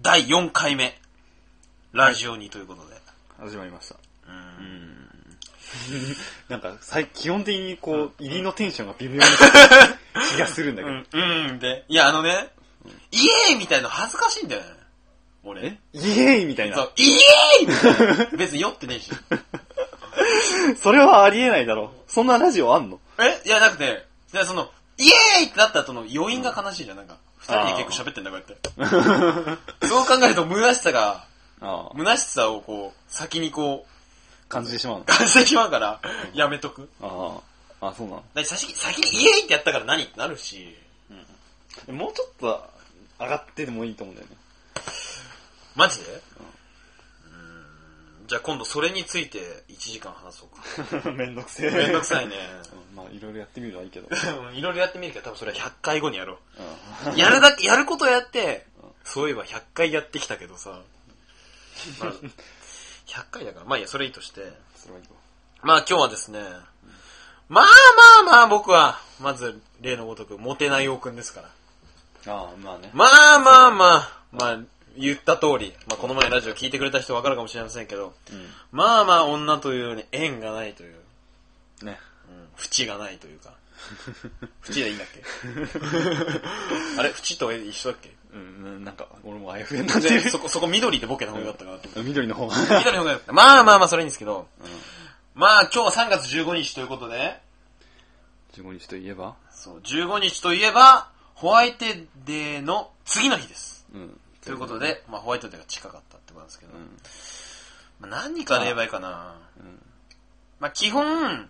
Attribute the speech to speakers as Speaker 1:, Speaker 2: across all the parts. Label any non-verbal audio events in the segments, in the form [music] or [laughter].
Speaker 1: 第4回目、ラジオにということで。
Speaker 2: 始まりました。
Speaker 1: う
Speaker 2: うんん。なんか、最基本的にこう、入りのテンションが微妙に気がするんだけ
Speaker 1: う
Speaker 2: ど。
Speaker 1: ん、うん、で。いや、あのね、イエーイみたいの恥ずかしいんだよね。俺。
Speaker 2: えイエーイみたい
Speaker 1: そ
Speaker 2: な。
Speaker 1: う、イエ [laughs] ーイ別に酔ってねえし。
Speaker 2: それはありえないだろ。そんなラジオあんの
Speaker 1: えいや、なくて、いやその、イエーイってなった後の余韻が悲しいじゃん。なんか、二人で結構喋ってんだ、こうや [laughs] って。そう考えると、虚しさが、
Speaker 2: ああ。
Speaker 1: 虚しさをこう、先にこう、
Speaker 2: 感じてしまうの。
Speaker 1: 感じてしまうから、やめとく。
Speaker 2: ああ。あ、そうな
Speaker 1: だって先先にイエーイってやったから何ってなるし、
Speaker 2: の。もうちょっと上がってでもいいと思うんだよね。
Speaker 1: マジでうーんじゃあ今度それについて1時間話 [laughs] そうか。
Speaker 2: [laughs] めんどくせえ。
Speaker 1: めんどくさいね。
Speaker 2: うん。まあ、いろいろやってみるのはいいけど。
Speaker 1: うんいろいろやってみるけど、多分それは100回後にやろ
Speaker 2: うん
Speaker 1: う。やるだけ、やることやって
Speaker 2: うん、
Speaker 1: そういえば100回やってきたけどさ。ま [laughs] あ、100回だから、まあいいや、それいいとして。
Speaker 2: それはいいわ
Speaker 1: まあ今日はですね、まあまあまあ僕は、まず例のごとく、モテない王くんですから。
Speaker 2: ああ、まあね。
Speaker 1: まあまあまあ、まあ言った通り、まあこの前ラジオ聞いてくれた人わかるかもしれませんけど、
Speaker 2: うん。
Speaker 1: まあまあ女というより縁がないという、
Speaker 2: ね。
Speaker 1: うん、縁がないという [laughs] か。縁でいいんだっ [laughs] けあれ縁と一緒だっけ
Speaker 2: うんうん、なんか、俺もあやふやになって
Speaker 1: で
Speaker 2: る。
Speaker 1: そこ、そこ緑でボケた方がよかったかなと思って。
Speaker 2: 緑の方 [laughs] が。
Speaker 1: 緑の方がよかった。まあまあまあそれいいんですけど、
Speaker 2: う
Speaker 1: まあ今日は3月15日ということで、
Speaker 2: ん。15日といえば
Speaker 1: そう、15日といえば、ホワイトデーの次の日です。
Speaker 2: うん。
Speaker 1: ということで、まあホワイトデーが近かったってことなんですけど、
Speaker 2: うん。
Speaker 1: まあ何から言えばいいかな。
Speaker 2: うん
Speaker 1: まあ基本、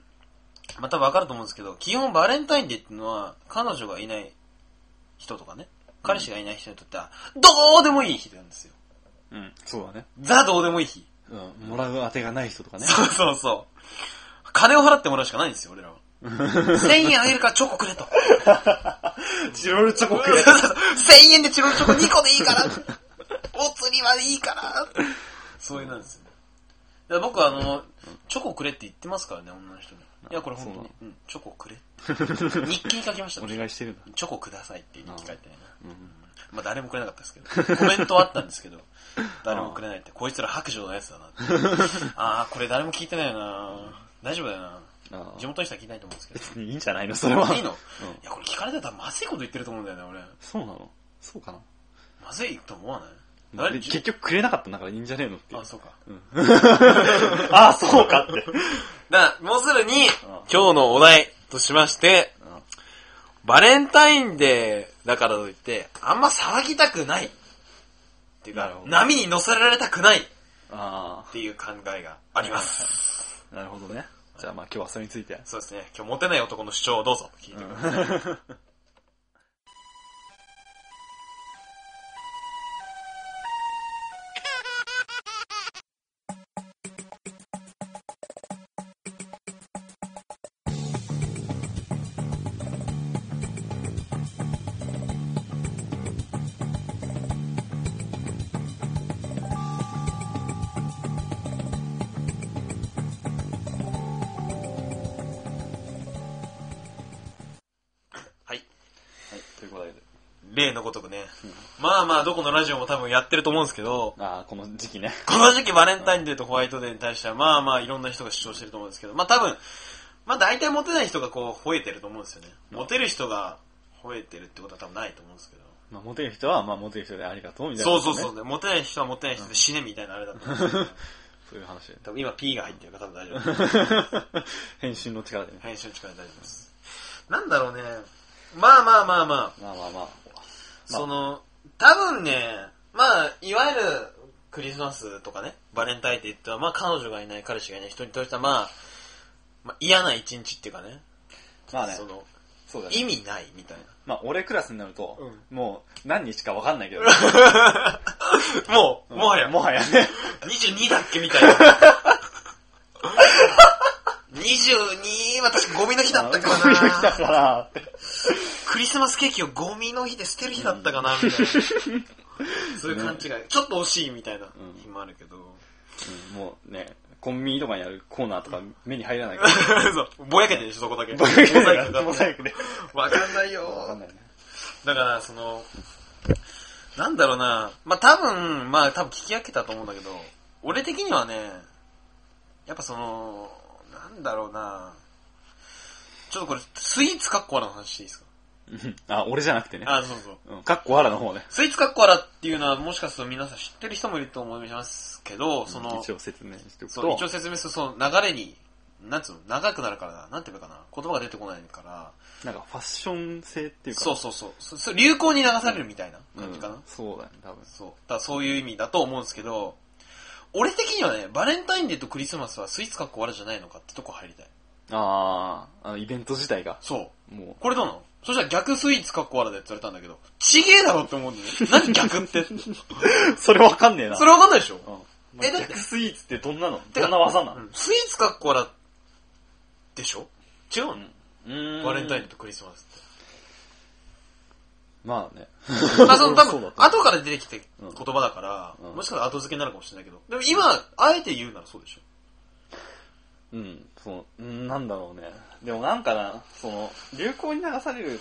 Speaker 1: また分かると思うんですけど、基本バレンタインデーっていうのは、彼女がいない人とかね、彼氏がいない人にとっては、どうでもいい日なんですよ。
Speaker 2: うん、そうだね。
Speaker 1: ザどうでもいい日。
Speaker 2: うん、もらう当てがない人とかね。
Speaker 1: [laughs] そうそうそう。金を払ってもらうしかないんですよ、俺らは。1000円あげ [laughs] るからチョコくれと。
Speaker 2: チロ
Speaker 1: [laughs]
Speaker 2: ルチョコ
Speaker 1: 1000円でチロルチョコ2個でいい [laughs] から。お釣りはいいから。そういうなんですよ、ね。だから僕はあの、チョコくれって言ってますからね、女の人に。いや、これ本当に。うん、チョコくれって。日記に書き [laughs] ました。
Speaker 2: お願いしてるんだ。
Speaker 1: チョコくださいって日記書いてね。
Speaker 2: うん。
Speaker 1: まあ誰もくれなかったですけど。コメントはあったんです [laughs] けど、誰もくれないって。こいつら白状のやつだな [laughs] って。ああ、これ誰も聞いてないよな。大丈夫だよな。
Speaker 2: あ
Speaker 1: 地元の人は聞いてないと思うんです [laughs] けど。
Speaker 2: あ。いいんじゃないのそれは。
Speaker 1: いいの、
Speaker 2: うん
Speaker 1: いや、これ聞かれたら多分まずいこと言ってると思うんだよね、俺。
Speaker 2: そうなのそうかな
Speaker 1: まずいと思わない
Speaker 2: まあで
Speaker 1: 誰
Speaker 2: 結局くれなかったんだからいいんじゃねえのっていう
Speaker 1: あ、。そうか。
Speaker 2: [laughs] ああ、そうかって。
Speaker 1: だから、要するに、今日のお題としまして、バレンタインデーだからといって、あんま騒ぎたくない。っていう
Speaker 2: なる
Speaker 1: か
Speaker 2: ほ、ど
Speaker 1: 波に乗せられたくないっ
Speaker 2: あ
Speaker 1: ていう考えがあります。
Speaker 2: あ、なるほどね。じゃあまあ今日はそれについて。
Speaker 1: そうですね。今日モテない男の主張をどうぞ聞いてください。はい。
Speaker 2: はい、ということで。
Speaker 1: 例のごとくね。まあまあ、どこのラジオも多分やってると思うんですけど、
Speaker 2: ああ、この時期ね。
Speaker 1: この時期バレンタインデーとホワイトデーに対しては、まあまあいろんな人が主張してると思うんですけど、まあ多分、まあ大体モテない人がこう吠えてると思うんですよね。モテる人が吠えてるってことは多分ないと思うんですけど。
Speaker 2: まあモテる人は、まあモテる人でありがとうみたいな、。
Speaker 1: そうそうそうう、モテない人はモテない人で死ねみたいなあれだと思うんですけど。
Speaker 2: そういう話。
Speaker 1: 多分今 P が入ってるから多分大丈夫。
Speaker 2: [laughs] 返信の力でね。
Speaker 1: 編集の力で大丈夫です。 [laughs] なんだろうね。まあまあまあまあ、
Speaker 2: まあまあまあ。
Speaker 1: その、多分ね、まあ、いわゆるクリスマスとかね、バレンタインデーってのは、まあ彼女がいない、彼氏がいない人にとっては、まあ、まあ嫌な一日っていうかね、
Speaker 2: まあね
Speaker 1: そ。の、
Speaker 2: そうだね
Speaker 1: 意。味ないみたい
Speaker 2: まあ、俺クラスになると、
Speaker 1: う
Speaker 2: もう何日か分かんないけど、
Speaker 1: な。もう、もはや、
Speaker 2: もはやね、
Speaker 1: 22だっけみたいな。22、私ゴミの日だったか
Speaker 2: [laughs] ゴミの日だ
Speaker 1: な。
Speaker 2: から、
Speaker 1: クリスマスケーキをゴミの日で捨てる日だったかな、
Speaker 2: [laughs]
Speaker 1: みたいな。そういう勘違い。ちょっと惜しいみたいな
Speaker 2: うん
Speaker 1: 日もあるけど。
Speaker 2: うんもうね、コンビニとかにあるコーナーとか目に入らないか
Speaker 1: [laughs] そう、ぼやけてるでしょ、そこだけ。
Speaker 2: ら、ボイク
Speaker 1: モザイク
Speaker 2: で、モザイクで。
Speaker 1: わかんない
Speaker 2: 分か
Speaker 1: よ
Speaker 2: んないね。
Speaker 1: だから、その、なんだろうな。まあ、多分、まあ、多分聞き分けたと思うんだけど、俺的にはね、やっぱその、なんだろうな。ちょっとこれ、スイーツかっこわらの話していいですか
Speaker 2: うんあ、俺じゃなくてね。
Speaker 1: あ、そうそう。
Speaker 2: うん、かっこあらの方ね。
Speaker 1: スイーツかっこわらっていうのは、もしかすると皆さん知ってる人もいると思いますけど、その、
Speaker 2: 一応説明しておく
Speaker 1: そう、
Speaker 2: と
Speaker 1: 一応、説明すると、その流れに、なんつうの、長くなるからな、なんていうのかな、言葉が出てこないから、
Speaker 2: なんかファッション性っていうか。
Speaker 1: そうそうそうそ、そ流行に流されるみたいな
Speaker 2: うん
Speaker 1: 感じかな。
Speaker 2: そうだね、多分。
Speaker 1: そう。だからそういう意味だと思うんですけど、俺的にはね、バレンタインデーとクリスマスはスイーツかっこ悪いじゃないのかってとこ入りたい。
Speaker 2: あー、あの、イベント自体が、
Speaker 1: そう。
Speaker 2: も
Speaker 1: これどうなのそしたら逆スイーツかっこ悪いだって言われたんだけど、ちげえだろって思うんだよ
Speaker 2: [laughs]
Speaker 1: ね。何逆って。
Speaker 2: う、それわかんねえ
Speaker 1: [laughs]
Speaker 2: な。
Speaker 1: それわかんないでしょ
Speaker 2: うん。まあ
Speaker 1: えだって
Speaker 2: 逆スイーツってどんなの
Speaker 1: て
Speaker 2: ど
Speaker 1: か
Speaker 2: んな技なの
Speaker 1: うんスイーツかっこ悪いでしょ違うの、
Speaker 2: うん
Speaker 1: バレンタインデーとクリスマスって。
Speaker 2: まあね。
Speaker 1: [laughs] まあその多
Speaker 2: そう
Speaker 1: 分
Speaker 2: だ、と
Speaker 1: 後から出てきて
Speaker 2: う
Speaker 1: 言
Speaker 2: ん
Speaker 1: 葉だから、
Speaker 2: うん
Speaker 1: もしかしたら後付けになるかもしれないけど、でも今、あえて言うならそうでしょ。
Speaker 2: うん、そう、うんなんだろうね。でもなんかな、その、流行に流されるっ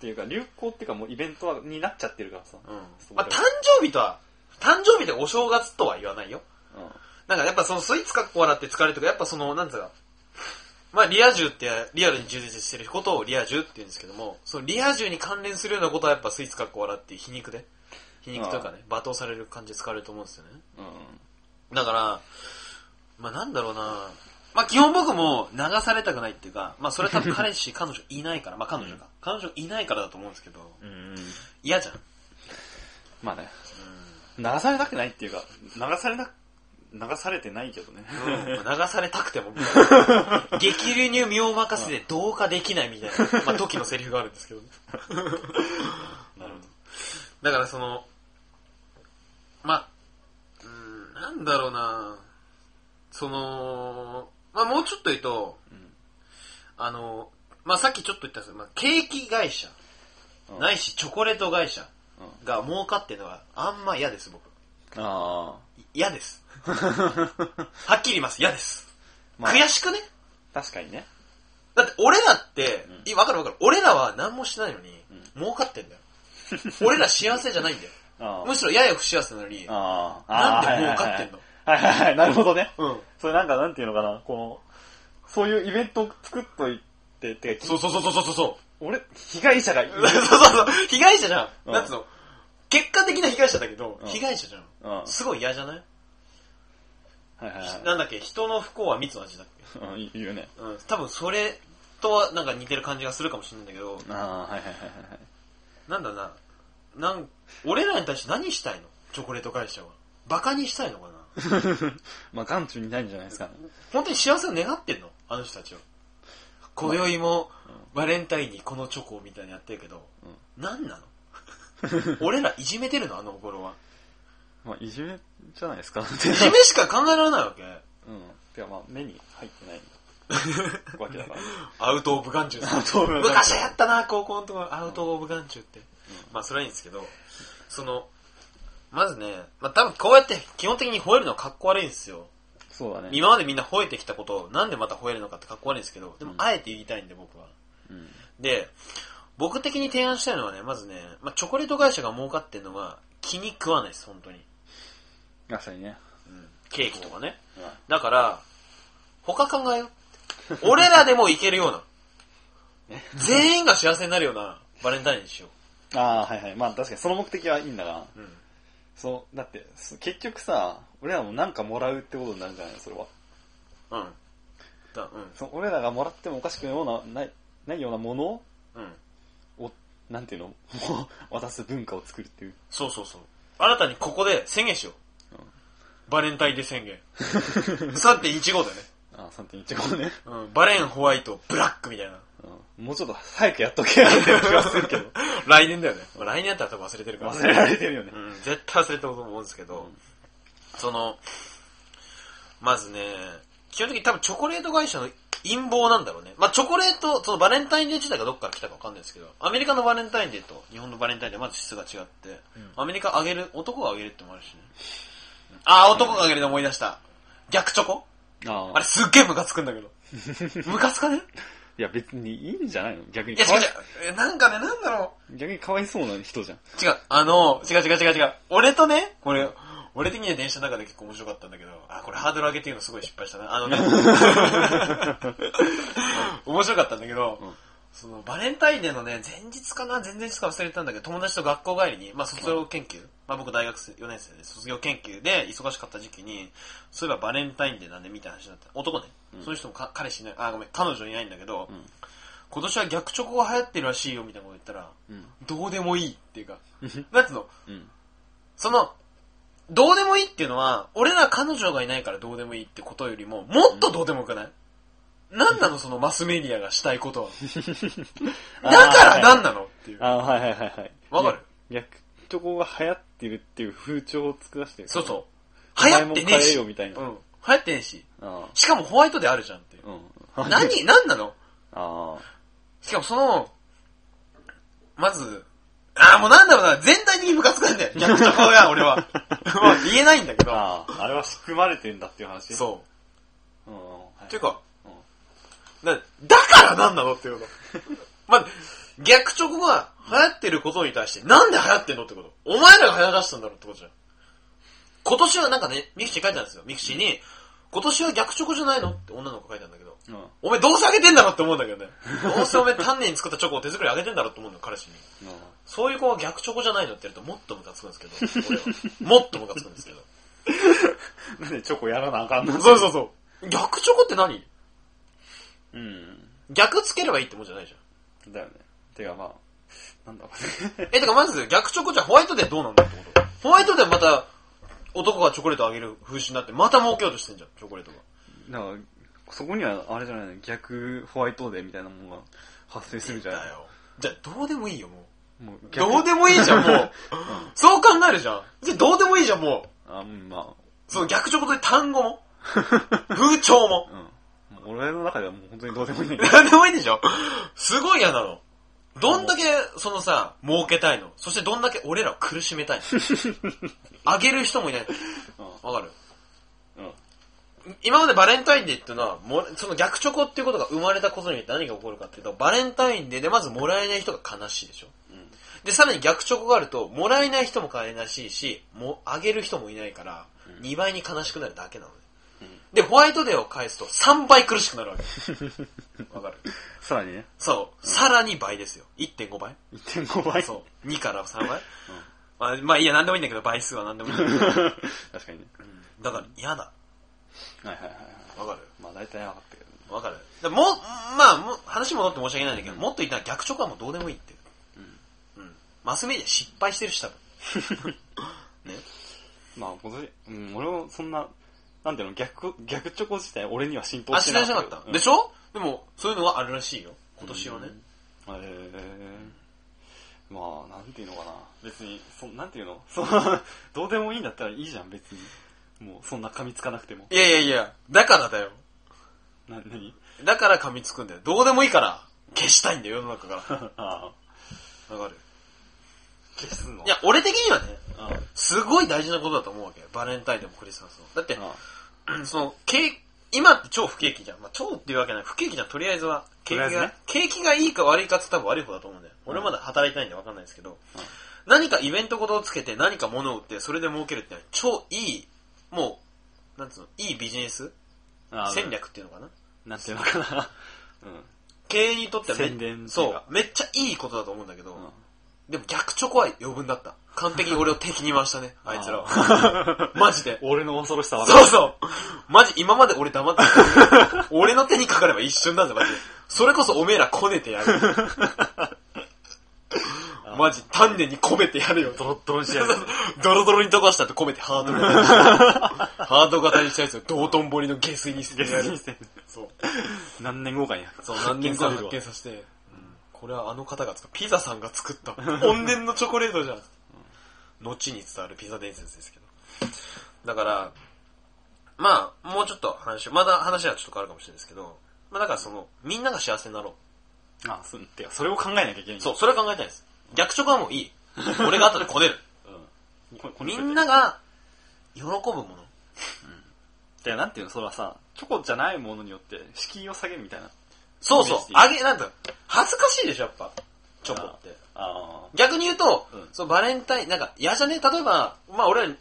Speaker 2: ていうか、流行っていうかもうイベントになっちゃってるからさ。
Speaker 1: うん
Speaker 2: そうだよ
Speaker 1: まあ誕生日とは、誕生日でお正月とは言わないよ。
Speaker 2: うん。
Speaker 1: なんかやっぱそのスイーツかっこ笑って疲れるとか、やっぱその、なんつうか、まあリア充ってリアルに充実してることをリア充って言うんですけども、そのリア充に関連するようなことはやっぱスイーツかっこ笑っていう皮肉で、皮肉というかね、罵倒される感じで使われると思うんですよね。
Speaker 2: う
Speaker 1: だから、まあなんだろうなまあ基本僕も流されたくないっていうか、まあそれは多分彼氏、彼女いないから、まあ彼女か。彼女いないからだと思うんですけど、
Speaker 2: ん。うん。
Speaker 1: 嫌じゃん。
Speaker 2: まあね、流されたくないっていうか、流されな、流されてないけ
Speaker 1: [laughs]
Speaker 2: どね。
Speaker 1: うんまあ流されたく
Speaker 2: [laughs]
Speaker 1: ても、みたいな激流に身を任せて同化できないみたいな、まあ時のセリフがあるんですけどね。
Speaker 2: なるほど。
Speaker 1: だからその、まあ、うん、なんだろうなその、まあもうちょっと言うと、あの、まあさっきちょっと言ったんですけど、まあ、ケーキ会社、
Speaker 2: うん
Speaker 1: ないしチョコレート会社
Speaker 2: うん
Speaker 1: が儲かってるのがあんま嫌です、僕。
Speaker 2: あ
Speaker 1: い嫌
Speaker 2: [laughs]
Speaker 1: です。はっきり言います、嫌です。
Speaker 2: まあ
Speaker 1: 悔しくね
Speaker 2: 確かにね。
Speaker 1: だって俺らって
Speaker 2: うん、
Speaker 1: 今わかるわかる。俺らは何もしないのに、儲かってんだよ。俺ら幸せじゃないん [laughs] だよ。
Speaker 2: あ
Speaker 1: むしろやや不幸せなのに、
Speaker 2: あ
Speaker 1: な
Speaker 2: あ
Speaker 1: んで儲かってんの
Speaker 2: はいはいはい、なるほどね。
Speaker 1: うん。
Speaker 2: それなんかなんていうのかな、この、そういうイベントを作っといて、てか、
Speaker 1: そうそうそうそう [laughs] そうそう。
Speaker 2: 俺、被害者
Speaker 1: [laughs]
Speaker 2: がいる。
Speaker 1: そうそうそう。被害者じゃ。
Speaker 2: うんん
Speaker 1: なんつうの。結果的な被害者だけど
Speaker 2: う、ん
Speaker 1: 被害者じゃん。
Speaker 2: うん。は
Speaker 1: すごい嫌じゃない
Speaker 2: いはいはい
Speaker 1: なんだっけ、人の不幸は蜜の味だっけ。
Speaker 2: うんい言うね。
Speaker 1: うん。多分それとはなんか似てる感じがするかもしれないんだけど、
Speaker 2: ああ、はいはいはいはいはい。
Speaker 1: なんだろうな。なん、俺らに対して何したいのチョコレート会社は。バカにしたいのかな
Speaker 2: まあ、眼中にないんじゃないですかね。
Speaker 1: 本当に幸せを願ってんのあの人たちは。今宵もバレンタインにこのチョコをみたいにやってるけど、なん、何なの [laughs] 俺らいじめてるのあの頃は。
Speaker 2: まあ、いじめじゃないです [laughs] か。
Speaker 1: いじめしか考えられないわけ。
Speaker 2: うん。てかまあ、目に入って [laughs] ないわけだからね。
Speaker 1: アウトオブ眼中さん。
Speaker 2: 当分
Speaker 1: 昔やったな、高校のところ、アウトオブ眼中って。まあそれはいいんですけど、その、まずね、まあ多分こうやって基本的に吠えるのかっこ悪いんですよ。
Speaker 2: そうだね。
Speaker 1: 今までみんな吠えてきたことをなんでまた吠えるのかってかっこ悪いんですけど、でも
Speaker 2: うん
Speaker 1: あえて言いたいんで僕は。
Speaker 2: うん。
Speaker 1: で、僕的に提案したいのはね、まずね、まあ、チョコレート会社が儲かってるのは気に食わないです、本当に。
Speaker 2: 確かにね。
Speaker 1: ケーキとかね。
Speaker 2: うん
Speaker 1: だから、他考えよう。俺らでもいけるような。全員が幸せになるようなバレンタインにしよ
Speaker 2: ああ、はいはい。まあ、確かにその目的はいいんだが。
Speaker 1: う。うん。
Speaker 2: そう、だって、そ結局さ、俺らもなんかもらうってことになるんじゃないそれは。
Speaker 1: うん。だ、う
Speaker 2: その俺らがもらってもおかしくないような、ない、ないようなもの
Speaker 1: ん。うん。
Speaker 2: を、なんていうの [laughs] 渡す文化を作るっていう。
Speaker 1: そうそうそう。新たにここで宣言しよう。
Speaker 2: うん
Speaker 1: バレンタインで宣言。3.15だよね。
Speaker 2: ああ、3.15ね。
Speaker 1: うん。バレン、ホワイト、ブラックみたいな。
Speaker 2: うん。もうちょっと早くやっとけよっていう気がするけど。
Speaker 1: 来年だよね。まあ来年だったら多分忘れてるから。
Speaker 2: 忘れられてるよね。
Speaker 1: うん、絶対忘れたこと思うんですけど、その、まずね、基本的に多分チョコレート会社の陰謀なんだろうね。まあチョコレート、そのバレンタインデー自体がどっから来たかわかんないですけど、アメリカのバレンタインデーと日本のバレンタインデーはまず質が違って、アメリカあげる、男があげるってのもあるしね。あー、男があげるの思い出した。逆チョコ
Speaker 2: あ [laughs]
Speaker 1: あれすっげえムカつくんだけど。ムカつかね
Speaker 2: いや、別にいいんじゃないの逆に
Speaker 1: いや、違
Speaker 2: かわ
Speaker 1: う
Speaker 2: い
Speaker 1: 違う。なんかね、なんだろう。
Speaker 2: 逆にかわいそうな人じゃん。
Speaker 1: 違う、あの、違う違う違う違う。俺とね、これ、俺的には電車の中で結構面白かったんだけど、あ、これハードル上げてるのすごい失敗したな。あ
Speaker 2: [laughs]
Speaker 1: のね、面白かったんだけど、
Speaker 2: うん
Speaker 1: そのバレンタインデーのね、前日かな前々日か忘れたんだけど、友達と学校帰りに、まあ卒業研究、まあ僕大学生4年生で卒業研究で忙しかった時期に、そういえばバレンタインデーなんでみたいな話になった。男ね、
Speaker 2: うん
Speaker 1: その人もか彼氏いない、あ、ごめん、彼女いないんだけど、
Speaker 2: うん
Speaker 1: 今年は逆チョコが流行ってるらしいよみたいなこと言ったら、
Speaker 2: うん。
Speaker 1: どうでもいいっていうか、なんつうの、
Speaker 2: うん。
Speaker 1: その、どうでもいいっていうのは、俺ら彼女がいないからどうでもいいってことよりも、もっとどうでもよくない、なんなのそのマスメディアがしたいことは。だからなんなのっていう。
Speaker 2: あーはいはいはいはい。
Speaker 1: わかる
Speaker 2: いや逆チョコが流行ってるっていう風潮を作らせてる。。
Speaker 1: そうそうう。流行ってねえ
Speaker 2: 変え
Speaker 1: し。
Speaker 2: よ
Speaker 1: うん。
Speaker 2: みたい
Speaker 1: 流
Speaker 2: な。
Speaker 1: 行ってねえし。
Speaker 2: あ
Speaker 1: しかもホワイトであるじゃんっていう
Speaker 2: ー。うん。
Speaker 1: 何なんなの
Speaker 2: [laughs] あ
Speaker 1: しかもその、まず、ああ、もうなんだろうな、全体的にムカつくんだよ。逆にこれは俺は。も
Speaker 2: [laughs]
Speaker 1: う言えないんだけ
Speaker 2: あ。
Speaker 1: ど。
Speaker 2: ああ。あれは仕組まれてんだっていう話。
Speaker 1: そう。
Speaker 2: う。うん。はい
Speaker 1: っていうか、
Speaker 2: う
Speaker 1: な、だからなんなのっていうこと。まあ、逆チョコが流行ってることに対して、なんで流行ってんのってこと。お前らが流行らしたんだろってことじゃん。今年はなんかね、ミクシー書いてあるんですよ。ミクシーに、今年は逆チョコじゃないのって女の子が書いてあるんだけど、
Speaker 2: うん。うん。
Speaker 1: お前どうせあげてんだろって思うんだけどね。どうせお前丹念に作ったチョコを手作りあげてんだろって思うの、彼氏に。そういう子は逆チョコじゃないのって言うともっとムカつくんですけど、俺は。もっとムカつくんですけど。
Speaker 2: なんでチョコやらなあかんの
Speaker 1: そうそうそう。逆チョコって何
Speaker 2: う。うん。
Speaker 1: 逆つければいいってもんじゃないじゃん。
Speaker 2: だよね。てかまあ、なんだろうね。
Speaker 1: え、てかまず逆チョコじゃホワイトデーどうなんだってことホワイトデーまた男がチョコレートあげる風習になってまた儲けようとしてんじゃん、チョコレートが。
Speaker 2: なんか、そこにはあれじゃないの逆ホワイトデーみたいなものが発生するじゃない
Speaker 1: だよ。じゃあどうでもいいよ、も
Speaker 2: もう
Speaker 1: う。どうでもいいじゃん、もう。そう考えるじゃん。じゃあどうでもいいじゃん、もう。
Speaker 2: あ、うんま
Speaker 1: その逆チョコという単語
Speaker 2: [laughs]
Speaker 1: も、風潮も
Speaker 2: あ、。うん。もう俺の中ではもう本当にどうでも [laughs] いいんだけど。
Speaker 1: 何でもいいでしょすごい嫌なの。どんだけ、そのさ、儲けたいの。そしてどんだけ俺らを苦しめたいの。
Speaker 2: [laughs]
Speaker 1: あげる人もいない。わかる
Speaker 2: うん。
Speaker 1: 今までバレンタインデーっていうのは、もその逆チョコっていうことが生まれたことによって何が起こるかっていうと、バレンタインデーでまずもらえない人が悲しいでしょ。
Speaker 2: うん。
Speaker 1: で、さらに逆チョコがあると、もらえない人も悲しいし、もうあげる人もいないから、2倍に悲しくなるだけなのね。で、ホワイトデーを返すと3倍苦しくなるわけ。わかる
Speaker 2: さらにね、
Speaker 1: そう。さらに倍ですよ。1.5倍
Speaker 2: 1.5倍。
Speaker 1: そう。2から3倍、まあ、まあいいや、なんでもいいんだけど、倍数はなんでもいいんだけど。
Speaker 2: [laughs] 確かにね。
Speaker 1: だから嫌だ。
Speaker 2: はいはいはい。
Speaker 1: わかる
Speaker 2: まあ大体なかったけどね。
Speaker 1: わかる。だもう、まあ、もう話戻って申し訳ないんだけど、もっと言ったら逆チョコはもうどうでもいいっていう。うん。マスメディア失敗してるし、多分。ね。
Speaker 2: まあ今年、うん、俺もそんな、なんていうの、逆、逆チョコ自体俺には浸透
Speaker 1: あ、
Speaker 2: して
Speaker 1: 知
Speaker 2: な
Speaker 1: ら
Speaker 2: か
Speaker 1: な
Speaker 2: っ
Speaker 1: か
Speaker 2: たけど。
Speaker 1: った。
Speaker 2: うん
Speaker 1: でしょでも、そういうのはあるらしいよ。今年はね。
Speaker 2: うん。えー、まあ、なんていうのかな。別に、そなんていうの [laughs] そうどうでもいいんだったらいいじゃん、別に。もう、そんな噛みつかなくても。
Speaker 1: いやいやいや、だからだよ。
Speaker 2: な、なに
Speaker 1: だから噛みつくんだよ。どうでもいいから、消したいんだよ、世の中か
Speaker 2: ああ。 [laughs]
Speaker 1: ら。わかる。
Speaker 2: 消すの
Speaker 1: いや、、俺的にはね、
Speaker 2: ああ
Speaker 1: すごい大事なことだと思うわけ。バレンタインでもクリスマスも。だって、
Speaker 2: あ
Speaker 1: その、ケーキ、今って超不景気じゃん。まあ、超っていうわけない。不景気じゃん、とりあえずは。景気
Speaker 2: とりあ
Speaker 1: が、
Speaker 2: えずね
Speaker 1: 景気がいいか悪いかって多分悪い方だと思うんだよ。俺まだ働いてないんでわかんないですけど、何かイベントごとをつけて何か物を売ってそれで儲けるってのは超いい、もう、なんつうの、いいビジネス
Speaker 2: ああ
Speaker 1: 戦。略っていうのかな
Speaker 2: なんていうのか
Speaker 1: [laughs]
Speaker 2: な。うん。
Speaker 1: 経営にとってはめ
Speaker 2: 宣伝っていうか
Speaker 1: そう、めっちゃいいことだと思うんだけど、
Speaker 2: うん
Speaker 1: でも逆チョコは余分だった。完璧に俺を敵に回したね、あいつらは。
Speaker 2: は。
Speaker 1: [laughs] マジで。
Speaker 2: 俺の恐ろしさは
Speaker 1: そうそう。マジ、今まで俺黙って [laughs] た。俺の手にかかれば一瞬なんだよ、マジで。それこそおめえらこねてやる。マジ、丹念にこめてやるよ。
Speaker 2: ドロッドロにしてやる。
Speaker 1: ドロドロに溶かしたってこめてハード型 [laughs] に。ハード型にしたやつを道頓堀の下水に捨ててやる。そう。
Speaker 2: 何年後かに
Speaker 1: そう、何年か発見させて、これはあの方が作った、ピザさんが作った、怨念のチョコレートじゃん。後に伝わるピザ伝説ですけど。だから、まあ、もうちょっと話、まだ話はちょっと変わるかもしれないですけど、まあだからその、みんなが幸せになろ
Speaker 2: あ、そう、てか、それを考えなきゃいけな
Speaker 1: う。
Speaker 2: い。
Speaker 1: そう、それは考えたいです。逆チョコはもういい。俺が後でこ
Speaker 2: [laughs]
Speaker 1: ねる。
Speaker 2: うん。ここ
Speaker 1: みんなが、喜ぶもの。
Speaker 2: だからなんていうのそれはさチョコじゃないものによって敷居を下げるみたいな
Speaker 1: そうそう
Speaker 2: コ。ミュ
Speaker 1: あ
Speaker 2: ニ
Speaker 1: げ、なんだ、恥ずかしいでしょ、やっぱ。チョコって。
Speaker 2: あ
Speaker 1: 逆に言うと、
Speaker 2: うん
Speaker 1: そのバレンタイン、なんか嫌じゃね例えば、まあ俺ら、う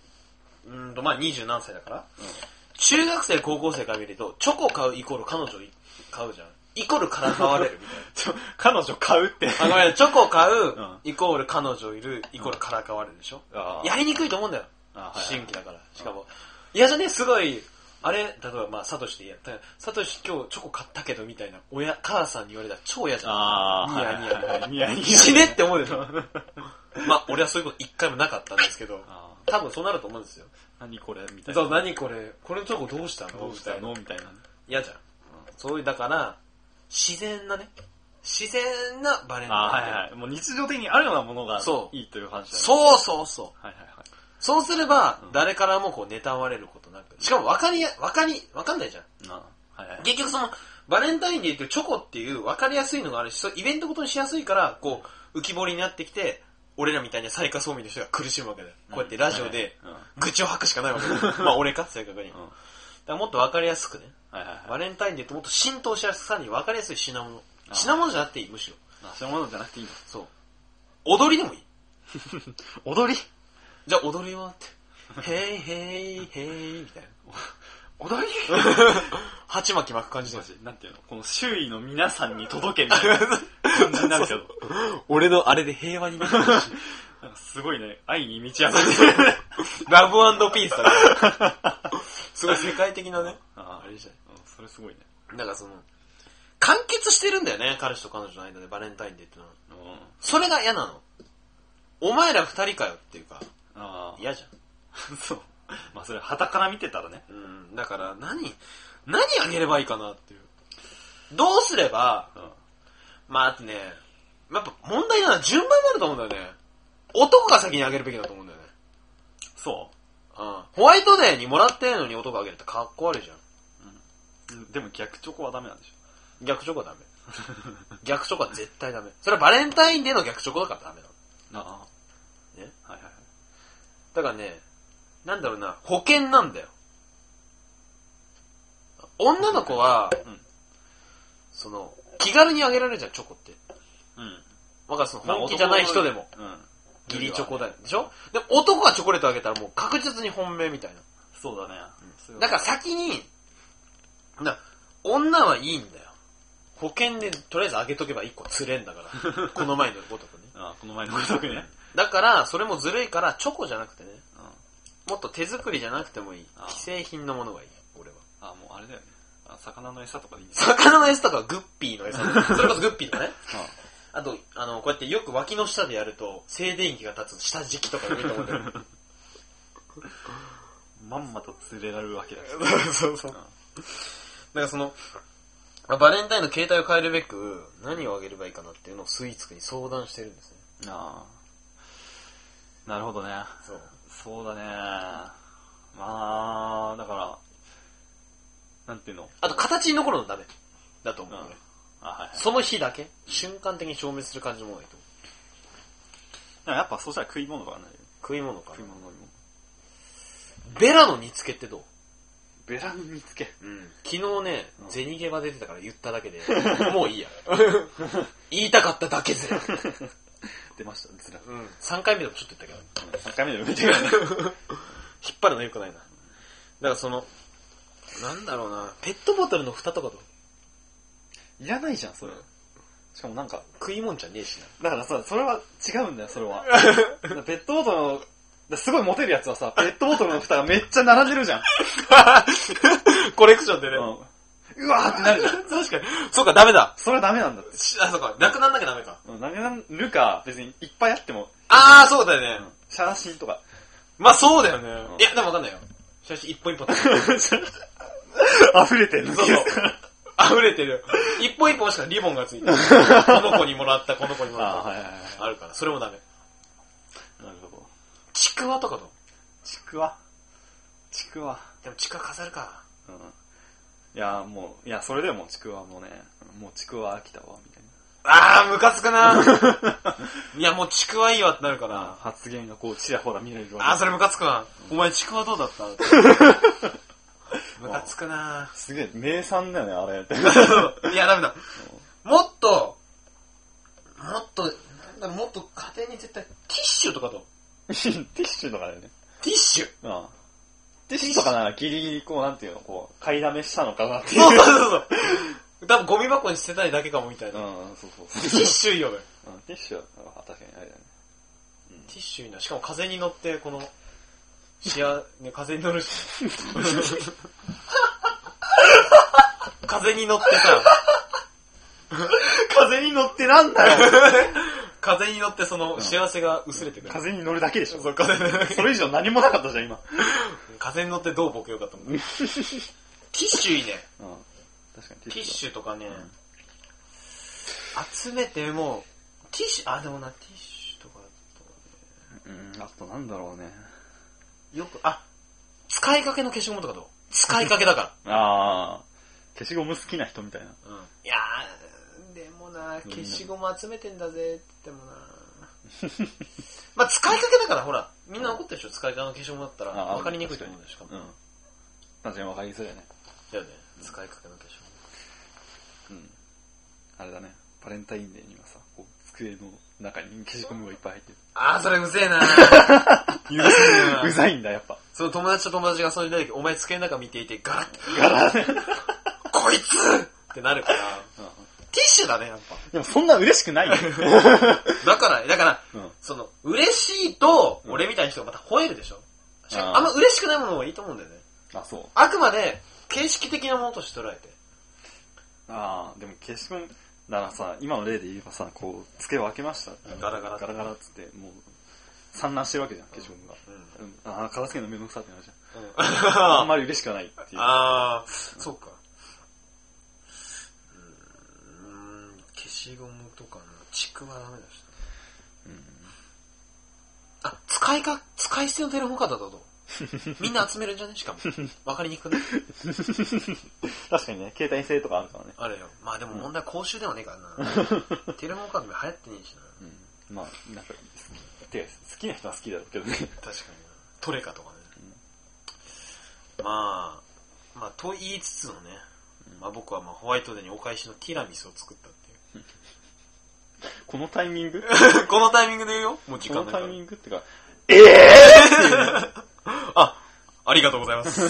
Speaker 1: ーんとまあ二十何歳だから、
Speaker 2: ん
Speaker 1: 中学生、高校生から見ると、チョコ買うイコール彼女買うじゃん。イコールから買われるみたいな。
Speaker 2: ーちょ彼女買うって。 [laughs]
Speaker 1: あ、ごめん、チョコ買う
Speaker 2: うん、
Speaker 1: イコール彼女いる、イコールからかわれるでしょ、
Speaker 2: あー
Speaker 1: やりにくいと思うんだよ。
Speaker 2: あはい
Speaker 1: 思春期だから。しかも、嫌じゃねすごい、あれ、例えば、まあ、サトシでやったら、サトシ今日チョコ買ったけど、みたいな、親、母さんに言われたら超嫌じゃん。
Speaker 2: あーはい
Speaker 1: ニヤニヤ
Speaker 2: ニヤニヤ。
Speaker 1: 死ねって思うでしょまあ、俺はそういうこと一回もなかったんですけど、
Speaker 2: あー
Speaker 1: 多分そうなると思うんですよ。
Speaker 2: 何これみたいな。
Speaker 1: そう、何これ、これのチョコどうしたの
Speaker 2: どうしたのみたいな。
Speaker 1: 嫌じゃん。そういう、だから、自然なね、自然なバレンタイン。
Speaker 2: あーはいはい。もう日常的にあるようなものが
Speaker 1: そう
Speaker 2: いいという話だね。
Speaker 1: そうそうそう。
Speaker 2: はいはいはい。
Speaker 1: そうすれば
Speaker 2: うん、
Speaker 1: 誰からもこう、妬われることなく。しかも、分かりや、分かり、分かんないじゃん。
Speaker 2: あはいはい。
Speaker 1: 結局その、バレンタインで言うと、チョコっていう分かりやすいのがあるし、そうイベントごとにしやすいから、こう、浮き彫りになってきて、俺らみたいな最下層民の人が苦しむわけだよ。こうやってラジオで、
Speaker 2: うん。はい
Speaker 1: 愚痴を吐くしかないわけ [laughs] だよ。まあ、俺か、正確に。だ
Speaker 2: うん
Speaker 1: からもっと分かりやすくね。
Speaker 2: はいは
Speaker 1: バレンタインで言うと、もっと浸透しやすさに分かりやすい品物。
Speaker 2: あ
Speaker 1: 品物じゃなくていい、むしろ。
Speaker 2: い。あそういうものじゃなくていいの
Speaker 1: そう。踊りでもいい。
Speaker 2: 踊り
Speaker 1: じゃあ踊りは [laughs] って。へいへいへい、みたいな。
Speaker 2: 踊り
Speaker 1: [laughs] 鉢巻き巻く感じだよ。
Speaker 2: なんていうのこの周囲の皆さんに届けみたい [laughs] な感じになるけど。
Speaker 1: 俺のあれで平和になってほしい。
Speaker 2: なんかすごいね、愛に満ち溢れてる。
Speaker 1: ラブピースだね。 [laughs] すごい世界的なね。
Speaker 2: あ
Speaker 1: あ
Speaker 2: あ
Speaker 1: れじゃ
Speaker 2: うんそれすごいね。
Speaker 1: ん。なんかその、完結してるんだよね、彼氏と彼女の間でバレンタインデーってのは。
Speaker 2: うん。
Speaker 1: それが嫌なの。お前ら二人かよっていうか、
Speaker 2: あ
Speaker 1: 嫌じ
Speaker 2: あ。そう。まあそれ、旗から見てたらね。
Speaker 1: ゃん。うん、だから何、何あげればいいかなっていう。どうすれば、
Speaker 2: うん。
Speaker 1: まああとね、やっぱ問題なのは順番もあると思うんだよね。男が先にあげるべきだと思うんだよね。
Speaker 2: そ
Speaker 1: うん。ホワイトデーにもらってんのに男あげるってかっこ悪いじゃん。
Speaker 2: ううん。でも逆チョコはダメなんでし
Speaker 1: 逆チョコは [laughs] ダメ。逆チョコは絶対ダメ。それはバレンタインデーの逆チョコだからダメなの。
Speaker 2: ょ。ああ。
Speaker 1: ね
Speaker 2: はいはいはい。
Speaker 1: だからね、なんだろうな、保険なんだよ。女の子は、
Speaker 2: うん
Speaker 1: その、気軽にあげられるじゃん、チョコって。
Speaker 2: うん。
Speaker 1: わかるその、本気じゃない人でも。。
Speaker 2: うん。
Speaker 1: 義理チョコだよ。でしょでも男がチョコレートあげたらもう確実に本命みたいな。
Speaker 2: そうだね。そういう
Speaker 1: だから先に、な、女はいいんだよ。保険でとりあえずあげとけば1個釣れんだ [laughs] から。この前のごとくね。
Speaker 2: ああ、この前のごとくね。
Speaker 1: だから、それもずるいから、チョコじゃなくてね、
Speaker 2: うん。
Speaker 1: もっと手作りじゃなくてもいい
Speaker 2: あ。
Speaker 1: 既製品のものがいい、俺は。
Speaker 2: あ、もうあれだよね。あ魚の餌とかでいいね。
Speaker 1: 魚の餌とかはグッピー [laughs] の餌。それこそグッピーとかね。
Speaker 2: う
Speaker 1: あと、あの、こうやってよく脇の下でやると、静電気が立つ下敷きとかで見ると思うんだよね。
Speaker 2: ん。まんまと連れられるわけだか
Speaker 1: [laughs]
Speaker 2: ら。
Speaker 1: そうそう。だからその、バレンタインの携帯を変えるべく、何をあげればいいかなっていうのをスイーツくんに相談してるんですね。
Speaker 2: ああ。なるほどね。
Speaker 1: そう。
Speaker 2: そうだね。まあ、だから、なんていうの
Speaker 1: あと、形に残るのダメ。だと
Speaker 2: う
Speaker 1: 思
Speaker 2: ん。
Speaker 1: う、
Speaker 2: あ
Speaker 1: 俺、
Speaker 2: はいはい。
Speaker 1: その日だけ、瞬間的に消滅する感じのものがいいと思う。
Speaker 2: でもやっぱそうしたら食い物がないよ。
Speaker 1: 食い物かな
Speaker 2: 食い。物飲み物。
Speaker 1: ベラの煮付けってどう
Speaker 2: ベラン見つけ。
Speaker 1: 昨日ね
Speaker 2: う、ん
Speaker 1: 銭ゲバ出てたから言っただ [laughs] けで、もういいや。言いたかっただけぜ。
Speaker 2: 出ました、ずら。
Speaker 1: うん、3回目でもちょっと言ったけど、
Speaker 2: 3回目で埋めてくれね。
Speaker 1: [laughs] 引っ張るのよくないな。だからその、なんだろうな、ペットボトルの蓋とかと
Speaker 2: いらないじゃん、それ。しかもなんか、
Speaker 1: 食い物じゃねえしな。
Speaker 2: だからさ、それは違うんだよ、それ [laughs] は。ペットボトルの、だからすごいモテるやつはさ、ペットボトルの蓋がめっちゃ並んでるじゃん。
Speaker 1: [laughs] コレクションで
Speaker 2: うん。うわーってなるじゃん。
Speaker 1: 確かに。そうか、ダメだ。
Speaker 2: それはダメなんだって。
Speaker 1: しあ、そうか、なくなんなきゃダメか。
Speaker 2: うんなくなるか、別にいっぱいあっても、
Speaker 1: あー、そうだよね。
Speaker 2: 写真とか。
Speaker 1: まあそうだよね。
Speaker 2: うん
Speaker 1: いや、でもわかんないよ。写真一本一 [laughs] 本。
Speaker 2: 溢れてる
Speaker 1: そうそう。溢れてる。一本一本しかリボンがつい [laughs] てる。この子にもらった、この子にもら
Speaker 2: あ
Speaker 1: っ
Speaker 2: ーはいはいは
Speaker 1: た。あるから、それもダメ。
Speaker 2: い。なるほど。
Speaker 1: ちくわとかどう
Speaker 2: ちくわ。ちくわ。
Speaker 1: でもちくわ飾るか。
Speaker 2: うん。いやーもう、いや、それでもちくわもね、もうちくわ飽きたわ、みたいな。
Speaker 1: あー、ムカつくな [laughs] いや、もうちくわいいわってなるか
Speaker 2: あ
Speaker 1: ら。
Speaker 2: ー発言がこう、ちらほら見られるわ
Speaker 1: あー、それムカつくわ。お前ちくわどうだったムカつくな
Speaker 2: すげえ、名産だよね、あ
Speaker 1: [laughs]
Speaker 2: れ。
Speaker 1: いや、ダメだ。もっと、もっと、なんだろう、もっと家庭に絶対、ティッシュとかと。
Speaker 2: ティッシュとかだよね。
Speaker 1: ティッシュ
Speaker 2: うん。ティッシュとかならギリギリこう、なんていうの、こう、買いだめしたのかなっていう。
Speaker 1: そうそうそうそう。多分ゴミ箱に捨てたいだけかもみたいな。
Speaker 2: うん、そうそう
Speaker 1: ティ
Speaker 2: そ
Speaker 1: ッシュいいよね。
Speaker 2: う。うん、ティッシュは確かにあれだよね。
Speaker 1: ティッシュいいな。しかも風に乗って、この、しや、ね、風に乗るし。風に乗ってさ、
Speaker 2: 風に乗ってなんだよ
Speaker 1: 風に乗ってその幸せが薄れてくる。
Speaker 2: 風に乗るだけでしょ。
Speaker 1: そう風に乗って
Speaker 2: それ以上何もなかったじゃん、今。
Speaker 1: 風に乗ってどうボケようかと思う。
Speaker 2: [laughs] うん。
Speaker 1: ティッシュいいね。
Speaker 2: 確かに
Speaker 1: ティッ
Speaker 2: ュ。
Speaker 1: シュとかね
Speaker 2: ん、
Speaker 1: 集めてもう、ティッシュ、あ、でもな、ティッシュとかだと
Speaker 2: うん、あとなんだろうね。
Speaker 1: よく、あ、使いかけの消しゴムとかどう使いかけだか
Speaker 2: あー、消しゴム好きな人みたいな。
Speaker 1: ら。うん、いやー、でもな、消しゴム集めてんだぜって言ってもな。 [laughs] まあ使いかけだから、ほら、みんな怒ってるでしょ、使いかけの消しゴムだったら。
Speaker 2: あー
Speaker 1: わかりにくいと思うでしょ、
Speaker 2: うん。確かに分かりそうだよね。
Speaker 1: だよね、使いかけの消しゴム。
Speaker 2: うん。あれだね。バレンタインデーにはさ、こう、机の中に消しゴムがいっぱい入ってる。
Speaker 1: あー、それうぜえな [laughs] 許せねえな
Speaker 2: うざいんだ、 [laughs] やっぱ。
Speaker 1: その友達と友達が遊んでた時、お前机の中見ていて、ガラッて、
Speaker 2: ガラね。
Speaker 1: こいつ [laughs] ってなるから、ティッシュだね、やっぱ。
Speaker 2: でもそんな嬉しくないよ。
Speaker 1: だから、だから、
Speaker 2: うん
Speaker 1: その、嬉しいと、
Speaker 2: うん
Speaker 1: 俺みたいな人がまた吠えるでしょ。しかも
Speaker 2: あー
Speaker 1: あんま嬉しくないものはいいと思うんだよね。
Speaker 2: あ、そう。
Speaker 1: あくまで、形式的なものとして捉えて。
Speaker 2: ああ、でも消しゴム、だからさ、今の例で言えばさ、こう、机を開けました。
Speaker 1: ガラガラ
Speaker 2: ガラガラっつって、もう、散乱してるわけじゃん、消しゴムが。
Speaker 1: う
Speaker 2: うん、ああ、片付けるのめんどくさってなるじゃ
Speaker 1: ん。
Speaker 2: ん。
Speaker 1: うん、 [laughs]
Speaker 2: あん
Speaker 1: あ
Speaker 2: まり嬉しくはないっていう。
Speaker 1: あー、そうか。うーん、消しゴムとかな、ちくわダメだし。あ、使いか、使い捨てのテレホンカードだと。みんな集めるんじゃねし [laughs] かも。わかりにくくね。
Speaker 2: 確かにね、携帯性とかあるからね。
Speaker 1: あれよ。まあでも問題は公衆ではねえからな。テレホンカードも流行ってねえしな。
Speaker 2: うん。まあ、なんか、好きてか、好きな人は好きだろうけ [laughs] どね。
Speaker 1: 確かにな。トレカとかね。まあ、まあと言いつつのね、まあ僕はまあホワイトデーにお返しのティラミスを作ったって
Speaker 2: このタイミング
Speaker 1: いう。 [laughs] このタイミングで言うよ。もう時
Speaker 2: こ
Speaker 1: 間だ
Speaker 2: の
Speaker 1: か
Speaker 2: タ
Speaker 1: ら
Speaker 2: イ。ミングってか、
Speaker 1: あ、ありがとうござい [laughs] ます。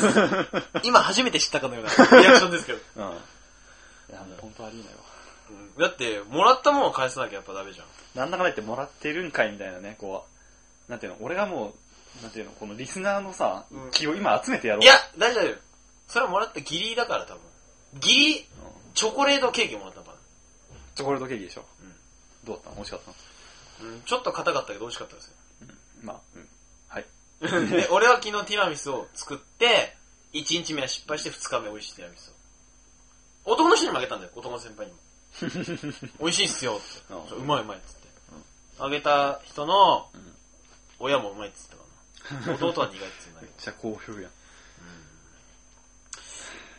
Speaker 1: 今初めて知ったかのようなリアクションですけど。
Speaker 2: うん。いや、もう本当ありえないわ。
Speaker 1: うんだって、もらったもんは返さなきゃやっぱダメじゃん。
Speaker 2: なんだかんだ言ってもらってるんかいみたいなね、こう、なんていうの、俺がもう、なんていうの、このリスナーのさ
Speaker 1: うん、
Speaker 2: 気を今集めてやろう。
Speaker 1: いや、大丈夫。それはもらったギリだから多分。ギリ、
Speaker 2: うん、
Speaker 1: チョコレートケーキもらったから。
Speaker 2: チョコレートケーキでしょ。
Speaker 1: うん
Speaker 2: どうだったの美味しかったの
Speaker 1: うん、ちょっと硬かったけど美味しかったですよ。
Speaker 2: まあ、うん。はい。
Speaker 1: [laughs] で、俺は昨日ティラミスを作って、1日目は失敗して2日目美味しいティラミスを。男の人にもあげたんだよ、男の先輩にも。美味しいっすよって。
Speaker 2: うん
Speaker 1: そううまいうまいっつって。あげた人の
Speaker 2: ん、
Speaker 1: 親もうまいっつってたからな。弟は苦いっつってんだけ
Speaker 2: めっ
Speaker 1: ど。
Speaker 2: ちゃ好評やん。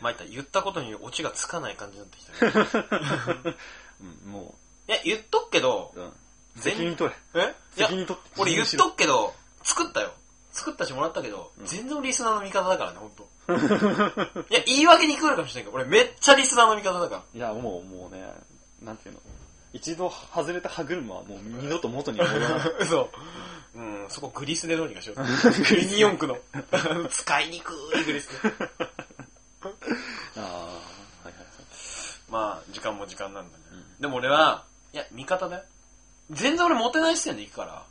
Speaker 1: まあ、言った言ったことにオチがつかない感じになってきたね、
Speaker 2: うん、も
Speaker 1: いや、言っとくけど
Speaker 2: う、、うん。
Speaker 1: 全
Speaker 2: 責任取れ。
Speaker 1: えいや
Speaker 2: 責任取って。
Speaker 1: 俺言っ
Speaker 2: 責任しろ
Speaker 1: とくけど、作ったよ。作ったしもらったけど、全然リスナーの味方だからね、ほん [laughs] と。いや、言い訳に来るかもしれないけど、俺めっちゃリスナーの味方だか
Speaker 2: いや、もう、もうね、なんていうの。一度外れた歯車はもう二度と元には [laughs] 戻らない。
Speaker 1: [laughs] ら。嘘。うん、そこグリスでどうにかし [laughs] ようと。グリニ四駆の。 [laughs] 使いにくいグリス。
Speaker 2: ああ、はいはいはい。
Speaker 1: まあ、時間も時間なんだね。
Speaker 2: ん
Speaker 1: でも俺は、いや、味方だよ。全然俺モテない視点で行くから。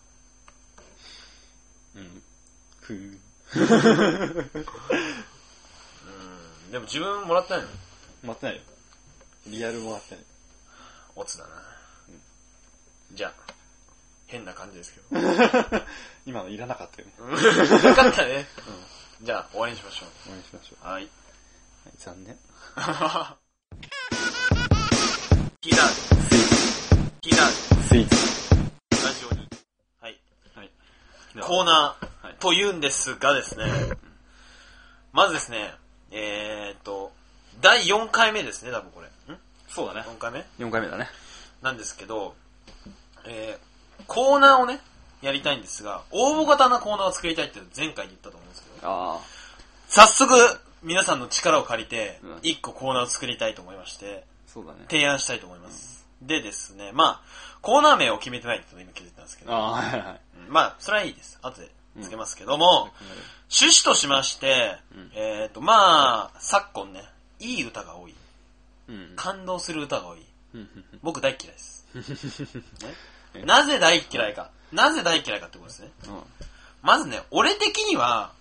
Speaker 2: うん。ふぅ。
Speaker 1: うん、でも自分もらったのよ。
Speaker 2: 待ってないよ。リアルも待ってない。
Speaker 1: オツだな。じゃあ、変な感じですけど。
Speaker 2: 今のいらなかったよね。
Speaker 1: うんよかったね。じゃあ、終わりにしましょ
Speaker 2: お願いしましょう。
Speaker 1: う。はい。 [laughs]
Speaker 2: はい残念。
Speaker 1: ひだ、
Speaker 2: スイー
Speaker 1: ひだ、
Speaker 2: ツ。スイーツ。
Speaker 1: ラジオに。はい。
Speaker 2: はい。
Speaker 1: コーナ
Speaker 2: は
Speaker 1: ー
Speaker 2: い
Speaker 1: と言うんですがですね、まずですね、えーっと、第4回目ですね、多分これ。ん
Speaker 2: そうだね。
Speaker 1: ?4 回目
Speaker 2: 4回目だね。
Speaker 1: なんですけど、えー、コーナーをね、やりたいんですが、応募型なコーナーを作りたいって前回言ったと思うんですけど、
Speaker 2: あ
Speaker 1: 早速、皆さんの力を借りて
Speaker 2: うん、
Speaker 1: 1個コーナーを作りたいと思いまして、
Speaker 2: あ、そうだね。
Speaker 1: 提案したいと思います。でですね、まあ、コーナー名を決めてないっていうの今気づいたんですけど、
Speaker 2: ああー、はいはい。
Speaker 1: うんまあ、それはいいです。後でつけますけども、趣旨としまして、
Speaker 2: うん
Speaker 1: えっ、と、まあ、昨今ね、いい歌が多い。
Speaker 2: うん。
Speaker 1: 感動する歌が多い。
Speaker 2: うん
Speaker 1: 僕大嫌い
Speaker 2: [laughs]
Speaker 1: です。ねなぜ大嫌いか。なぜ大嫌いかってことですね。まずね、俺的には、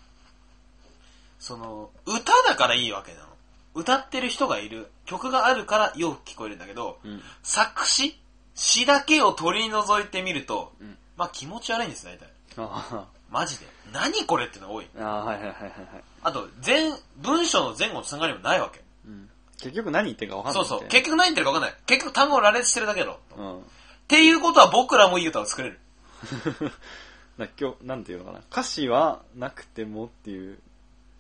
Speaker 1: その、歌だからいいわけなの。歌ってる人がいる。曲があるからよく聞こえるんだけど、
Speaker 2: うん。
Speaker 1: 作詞詞だけを取り除いてみると、
Speaker 2: うん
Speaker 1: まあ気持ち悪いんです、大体。
Speaker 2: あ
Speaker 1: マジで。何これってのが多い。
Speaker 2: あ、はいはいはいはいはい。
Speaker 1: あと、全、文章の前後のつながりもないわけ。
Speaker 2: うん。結局何言ってるか分かんな
Speaker 1: そ
Speaker 2: いうみたいな。
Speaker 1: そう。結局何言ってるか分かんない。結局単語を羅列してるだけだろ。
Speaker 2: う
Speaker 1: っ
Speaker 2: ん。
Speaker 1: ていうことは僕らもいい歌を作れる。
Speaker 2: だから今日、なんていうのかな。歌詞はなくてもっていう、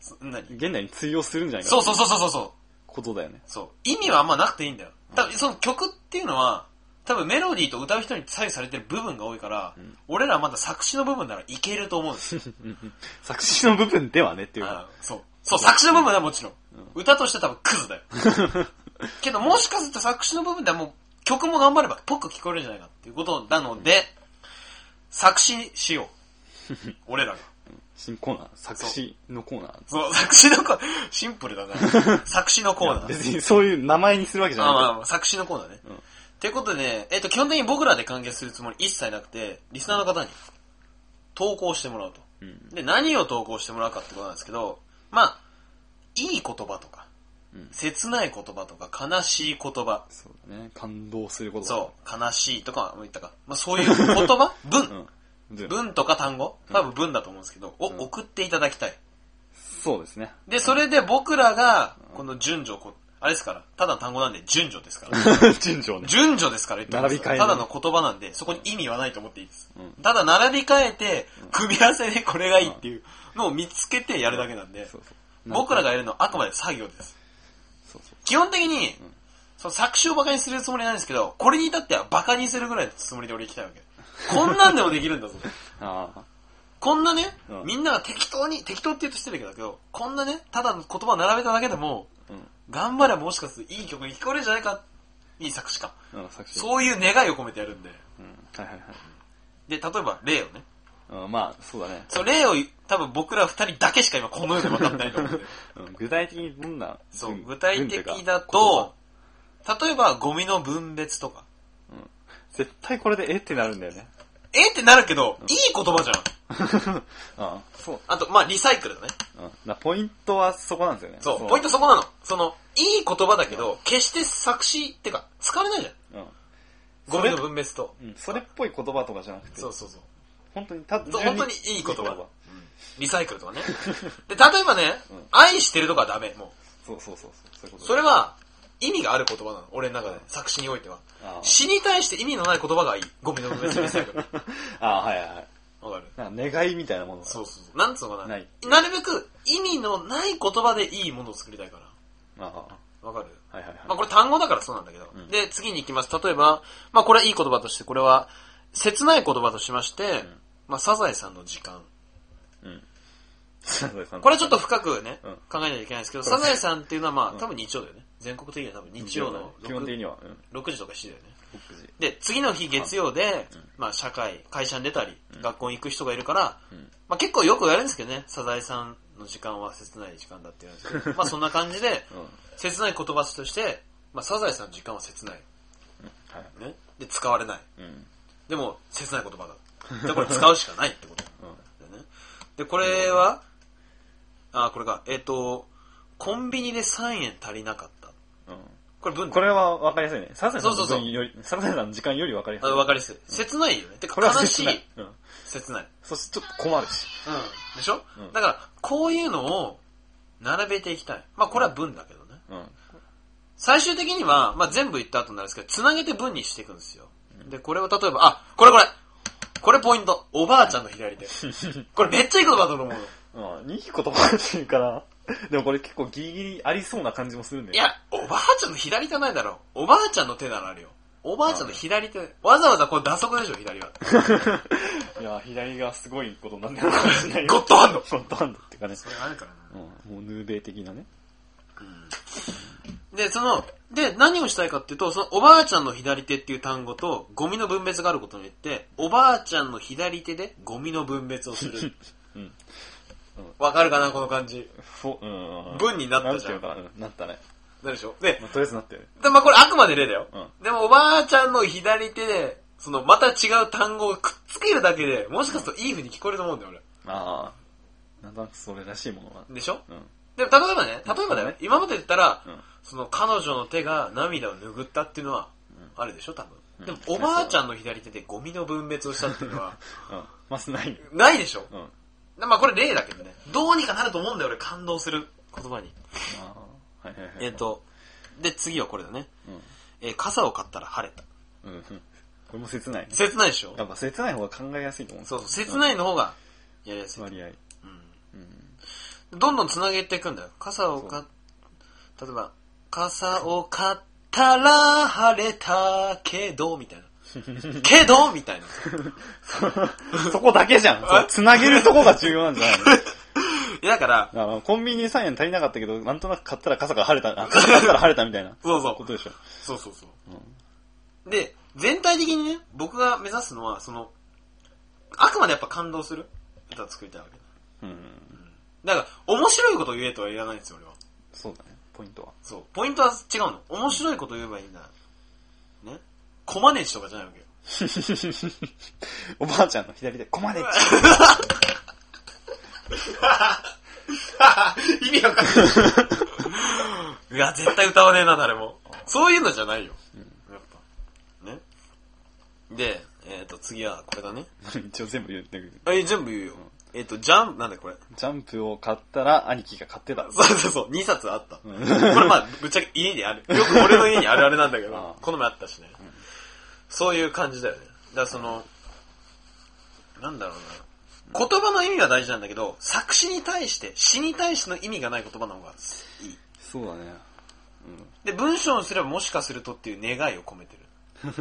Speaker 1: そ何
Speaker 2: 現代に通用するんじゃないか
Speaker 1: そうそう
Speaker 2: う。
Speaker 1: そうそうそうそう。
Speaker 2: ことだよね。
Speaker 1: そう。意味はあんまなくていいんだよ。多分その曲っていうのは、多分メロディーと歌う人に左右されてる部分が多いから、
Speaker 2: うん
Speaker 1: 俺らはまだ作詞の部分ならいけると思うん
Speaker 2: [laughs]
Speaker 1: ですよ。
Speaker 2: 作詞の部分ではねっていう
Speaker 1: あ
Speaker 2: か。
Speaker 1: そう。
Speaker 2: [laughs]
Speaker 1: そう、作詞の部分はもちろん。
Speaker 2: うん
Speaker 1: 歌として多分クズだよ。
Speaker 2: [laughs]
Speaker 1: けどもしかすると作詞の部分ではもう曲も頑張ればぽく聞こえるんじゃないかっていうことなので、作詞にしよ
Speaker 2: [laughs]
Speaker 1: う。俺らが。
Speaker 2: 新コーナー、作詞のコーナー。
Speaker 1: そう、作詞のコーナー、シンプルだ
Speaker 2: [laughs]
Speaker 1: な。作詞のコーナー。
Speaker 2: 別にそういう名前にするわけじゃ
Speaker 1: あまあ
Speaker 2: な
Speaker 1: まあ、作詞のコーナーね。
Speaker 2: うん
Speaker 1: っていうことでね、えっ、と、基本的に僕らで関係するつもり一切なくて、リスナーの方に投稿してもらうと。
Speaker 2: い。うん。
Speaker 1: で、何を投稿してもらうかってことなんですけど、まあ、いい言葉とか、
Speaker 2: うん
Speaker 1: 切ない言葉とか、悲しい言葉、
Speaker 2: そうだね。感動することだ
Speaker 1: そう、悲しいとかも言ったか、まあそういう言
Speaker 2: [laughs]
Speaker 1: 葉文、
Speaker 2: うん。で
Speaker 1: 文とか単語多分文だと思うんですけど、を
Speaker 2: うん
Speaker 1: 送っていただきたい。
Speaker 2: そうですね。
Speaker 1: で、それで僕らが、この順序をこう、あれですから、ただの単語なんで順序ですから。 [laughs]
Speaker 2: 順調ね。
Speaker 1: 順序ですから言ってます
Speaker 2: 並び替えね
Speaker 1: ただの言葉なんで、そこに意味はないと思っていいです。
Speaker 2: うん
Speaker 1: ただ並び替えて、組み合わせでこれがいいっていうのを見つけてやるだけなんで、
Speaker 2: そうそう。
Speaker 1: 僕ら
Speaker 2: が。
Speaker 1: がやるのはあくまで作業です。
Speaker 2: そうそう。
Speaker 1: 基本的に、その作詞をバカにするつもりなんですけど、これに至ってはバカにするぐらいのつもりで俺行きたいわけ。こんなんでもできるんだぞ。 [laughs]
Speaker 2: ああ。
Speaker 1: こんなね、
Speaker 2: うん
Speaker 1: みんなが適当に、適当って言うとしてるけど、こんなね、ただの言葉並べただけでも、
Speaker 2: う
Speaker 1: 頑張ればもしかするといい曲に聞こえるんじゃないか。いい作詞か。
Speaker 2: ん。うん、作詞。
Speaker 1: そういう願いを込めてやるんで。
Speaker 2: うん。はいはい
Speaker 1: で、例えば例をね。
Speaker 2: はい。うん、まあ、そうだね。
Speaker 1: その例を多分僕ら二人だけしか今この世で分かってないと思うん [laughs] で。
Speaker 2: [laughs] うん、具体的にどんな文
Speaker 1: そう、具体的だ、
Speaker 2: 文いう
Speaker 1: と
Speaker 2: か、
Speaker 1: 例えばゴミの分別とか。
Speaker 2: 言葉絶対これでえってなるんだ
Speaker 1: [laughs]
Speaker 2: よね。
Speaker 1: えってなるけど、いい言葉じゃん。
Speaker 2: うん。そう。
Speaker 1: あと、まあ、リサイクルだね。
Speaker 2: うん。だからポイントはそこなんですよね。
Speaker 1: そう、ポイントそこなの。その、いい言葉だけど、決して作詞ってか、使われないじゃん。
Speaker 2: うん。
Speaker 1: ゴミの分別と。
Speaker 2: うん。それっぽい言葉とかじゃなくて、
Speaker 1: そうそうそう。
Speaker 2: 本当にた、
Speaker 1: そう本当にいい言葉。
Speaker 2: 純に
Speaker 1: うんリサイクルと [laughs] かね。で、例えばね、
Speaker 2: うん
Speaker 1: 愛してるとかはダメ、も
Speaker 2: そうそうそうそう。そういうこ
Speaker 1: う。
Speaker 2: と
Speaker 1: それは、意味がある言葉なの。俺の中で、作詞においては。
Speaker 2: あ
Speaker 1: 詩に対して意味のない言葉がいい。ゴミの分別にしたいから。
Speaker 2: あ、ああはいはいはい。
Speaker 1: わかる
Speaker 2: なんか願いみたいなものが
Speaker 1: そうそうそう。なんつうのかな。
Speaker 2: ない
Speaker 1: なるべく意味のない言葉でいいものを作りたいから。
Speaker 2: あ
Speaker 1: わかる
Speaker 2: あ、はいはいはい。
Speaker 1: まあこれ単語だからそうなんだけど。
Speaker 2: うん
Speaker 1: で、次に行きます。例えば、まあこれはいい言葉として、これは切ない言葉としまして、まあサザエさんの時間。
Speaker 2: うん。サザエさん
Speaker 1: これはちょっと、深くね、
Speaker 2: うん
Speaker 1: 考えないといけないんですけど、サザエさんっていうのはまあ
Speaker 2: うん
Speaker 1: 多分日曜だよね。全国的には多分日曜の
Speaker 2: 基本的
Speaker 1: 6,
Speaker 2: には、うん。
Speaker 1: 6時とか7時だよね。
Speaker 2: 6時。
Speaker 1: で、次の日月曜で、まあ社会、会社に出たり、学校に行く人がいるから、
Speaker 2: ん
Speaker 1: まあ結構よくやるんですけどね、サザエさんの時間は切ない時間だって言うんですけ
Speaker 2: [laughs]
Speaker 1: ど、まあそんな感じで、
Speaker 2: うん。はい。
Speaker 1: 切ない言葉として、まあサザエさんの時間は切ない。ね。で、使われない。
Speaker 2: うん。
Speaker 1: でも、切ない言葉だ。で、これ使うしかないってことだよね。で、これは、あ、これか、えっ、と、コンビニで3円足りなかった。
Speaker 2: うん。うん。
Speaker 1: これ文
Speaker 2: これは分かりやすいね。サザエさん
Speaker 1: そう
Speaker 2: の
Speaker 1: そうそう
Speaker 2: 分より、サザエさんの時間より分かりやす
Speaker 1: あ
Speaker 2: い。
Speaker 1: わかりやすい。切ないよね。て
Speaker 2: こ
Speaker 1: か
Speaker 2: れは
Speaker 1: 悲し。
Speaker 2: 切ないうん。
Speaker 1: 切ない。
Speaker 2: そしてちょっと困るし。
Speaker 1: うん。でしょ、
Speaker 2: うん
Speaker 1: だから、こういうのを並べていきたい。まあ、これは文だけどね。
Speaker 2: うん。
Speaker 1: 最終的には、まあ、全部言った後になるんですけど、つなげて文にしていくんですよ。で、これを例えば、あ、これこれこれポイント。おばあちゃんの左手。これめっちゃいい言葉だと思うの。
Speaker 2: うん。いい言葉っていうから。でもこれ結構ギリギリありそうな感じもするんだよ。
Speaker 1: いや、、おばあちゃんの左手はないだろ。おばあちゃんの手ならあるよ。おばあちゃんの左手。わざわざこれ打足でしょ、左は。
Speaker 2: いや、左がすごいことになってるかもしれないよ。
Speaker 1: ゴッドハンド
Speaker 2: ゴッドハンドっていうかね。
Speaker 1: れあるからな。
Speaker 2: うん。もうヌーベイ的なね。
Speaker 1: うんで、その、で、何をしたいかっていうと、その、おばあちゃんの左手っていう単語と、ゴミの分別があることによって、おばあちゃんの左手でゴミの分別をする。
Speaker 2: うん。
Speaker 1: わかるかな、この感じ。
Speaker 2: そう、うん。
Speaker 1: 文になったじゃん
Speaker 2: なってるかうんなったね。
Speaker 1: なるでしょで
Speaker 2: ま、あ、とりあえずなってる。
Speaker 1: でまあ、これあくまで例だよ。
Speaker 2: う
Speaker 1: でも、おばあちゃんの左手で、その、また違う単語をくっつけるだけで、もしかするといい風に聞こえると思うんだよ、
Speaker 2: ああ。なんとなくそれらしいものが。
Speaker 1: 俺。でしょ
Speaker 2: うん。
Speaker 1: でも、例えばね、例えばだよね、今まで言ったら、
Speaker 2: うん
Speaker 1: その、彼女の手が涙を拭ったっていうのは、あるでしょ、多
Speaker 2: う
Speaker 1: 分。
Speaker 2: ん
Speaker 1: でも、おばあちゃんの左手でゴミの分別をしたっていうのは、
Speaker 2: うん。まずないよ。
Speaker 1: [laughs] ないでしょ
Speaker 2: うん。あ
Speaker 1: まあこれ例だけどね。どうにかなると思うんだよ、俺。感動する言葉に。
Speaker 2: あ。はいはいはい。
Speaker 1: えっ。と、で、次はこれだね。
Speaker 2: う
Speaker 1: えー傘を買ったら晴れた。
Speaker 2: ん。うん。これも切ない。
Speaker 1: 切ないでしょ
Speaker 2: やっぱ切ない方が考えやすいと思う。
Speaker 1: そうそう、切ないの方がやりやすい。
Speaker 2: 割合。
Speaker 1: うん。
Speaker 2: うん。
Speaker 1: どんどん繋げていくんだよ。傘を買っ、例えば、傘を買ったら晴れたけど、みたいな。けどみたいな。
Speaker 2: そこだけじゃ
Speaker 1: [laughs]
Speaker 2: ん。そうつなげるとこが重要なんじゃないの
Speaker 1: いやだから、
Speaker 2: だからコンビニに3円足りなかったけど、なんとなく買ったら傘が晴れた、あ傘買ったら晴れたみたいな
Speaker 1: そうそう
Speaker 2: こ。とでしょ。
Speaker 1: そうそうそう。で、全体的にね、僕が目指すのは、その、あくまでやっぱ感動する歌を作りたいわけだ。
Speaker 2: うん。うん。
Speaker 1: だから、面白いこと言えとは言わないんですよ、俺は。
Speaker 2: そうだね。ポイントは。 [laughs]
Speaker 1: そう。ポイントは違うの。面白いこと言えばいいんだ。ね。コマネチとかじゃないわけよ。
Speaker 2: おばあちゃんの左手、こまで
Speaker 1: [laughs] 意味わかん [laughs] ない。いや、絶対歌わねえな、誰も。そういうのじゃないよ。やっぱ。ね。で、えっ、と、次はこれだね。
Speaker 2: [laughs] 一応全部言ってくる。
Speaker 1: あ、え全部言うよ。えっ、と、ジャン、なんだこれ。 [laughs]
Speaker 2: ジャンプを買ったら兄貴が買ってた。
Speaker 1: そうそうそう、2冊あった。
Speaker 2: ん
Speaker 1: これまあ、ぶっちゃけ家にある。よく俺の家にあ [laughs] るあれなんだけ
Speaker 2: あ
Speaker 1: ど
Speaker 2: あ、
Speaker 1: この前あったしね。そういう感じだよね。だからその、なんだろうな。言葉の意味は大事なんだけど、作詞に対して、詩に対しての意味がない言葉の方がいい。
Speaker 2: そうだね。
Speaker 1: で、文章にすればもしかするとっていう願いを込めてる。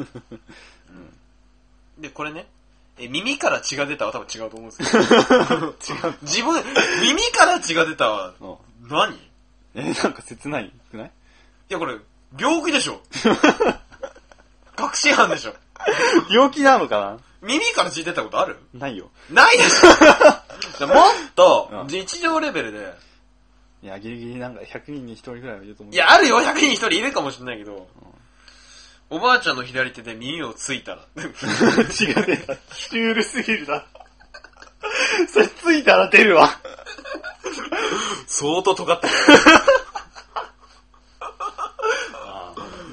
Speaker 1: で、これね、え耳から血が出たは多分違うと思うんですけど。
Speaker 2: [laughs]
Speaker 1: 違う。自分、耳から血が出たは
Speaker 2: うん。
Speaker 1: 何、い
Speaker 2: え、なんか切ないくない
Speaker 1: や、これ、病気でしょ。確信犯でしょ。
Speaker 2: [laughs] 病気なのか
Speaker 1: 耳から血出たことある
Speaker 2: なないよ。
Speaker 1: ないでし
Speaker 2: [laughs]
Speaker 1: ょもっと
Speaker 2: う、ん
Speaker 1: 日常レベルで、
Speaker 2: いや、ギリギリなんか100人に1人ぐらいはいると思う。
Speaker 1: い、や、あるよ、100人に1人いるかもしれないけど、おばあちゃんの左手で耳をつい
Speaker 2: [laughs]
Speaker 1: たら、
Speaker 2: 違うね。シュールすぎるな。 [laughs] それついたら出るわ。
Speaker 1: 相当尖ってる。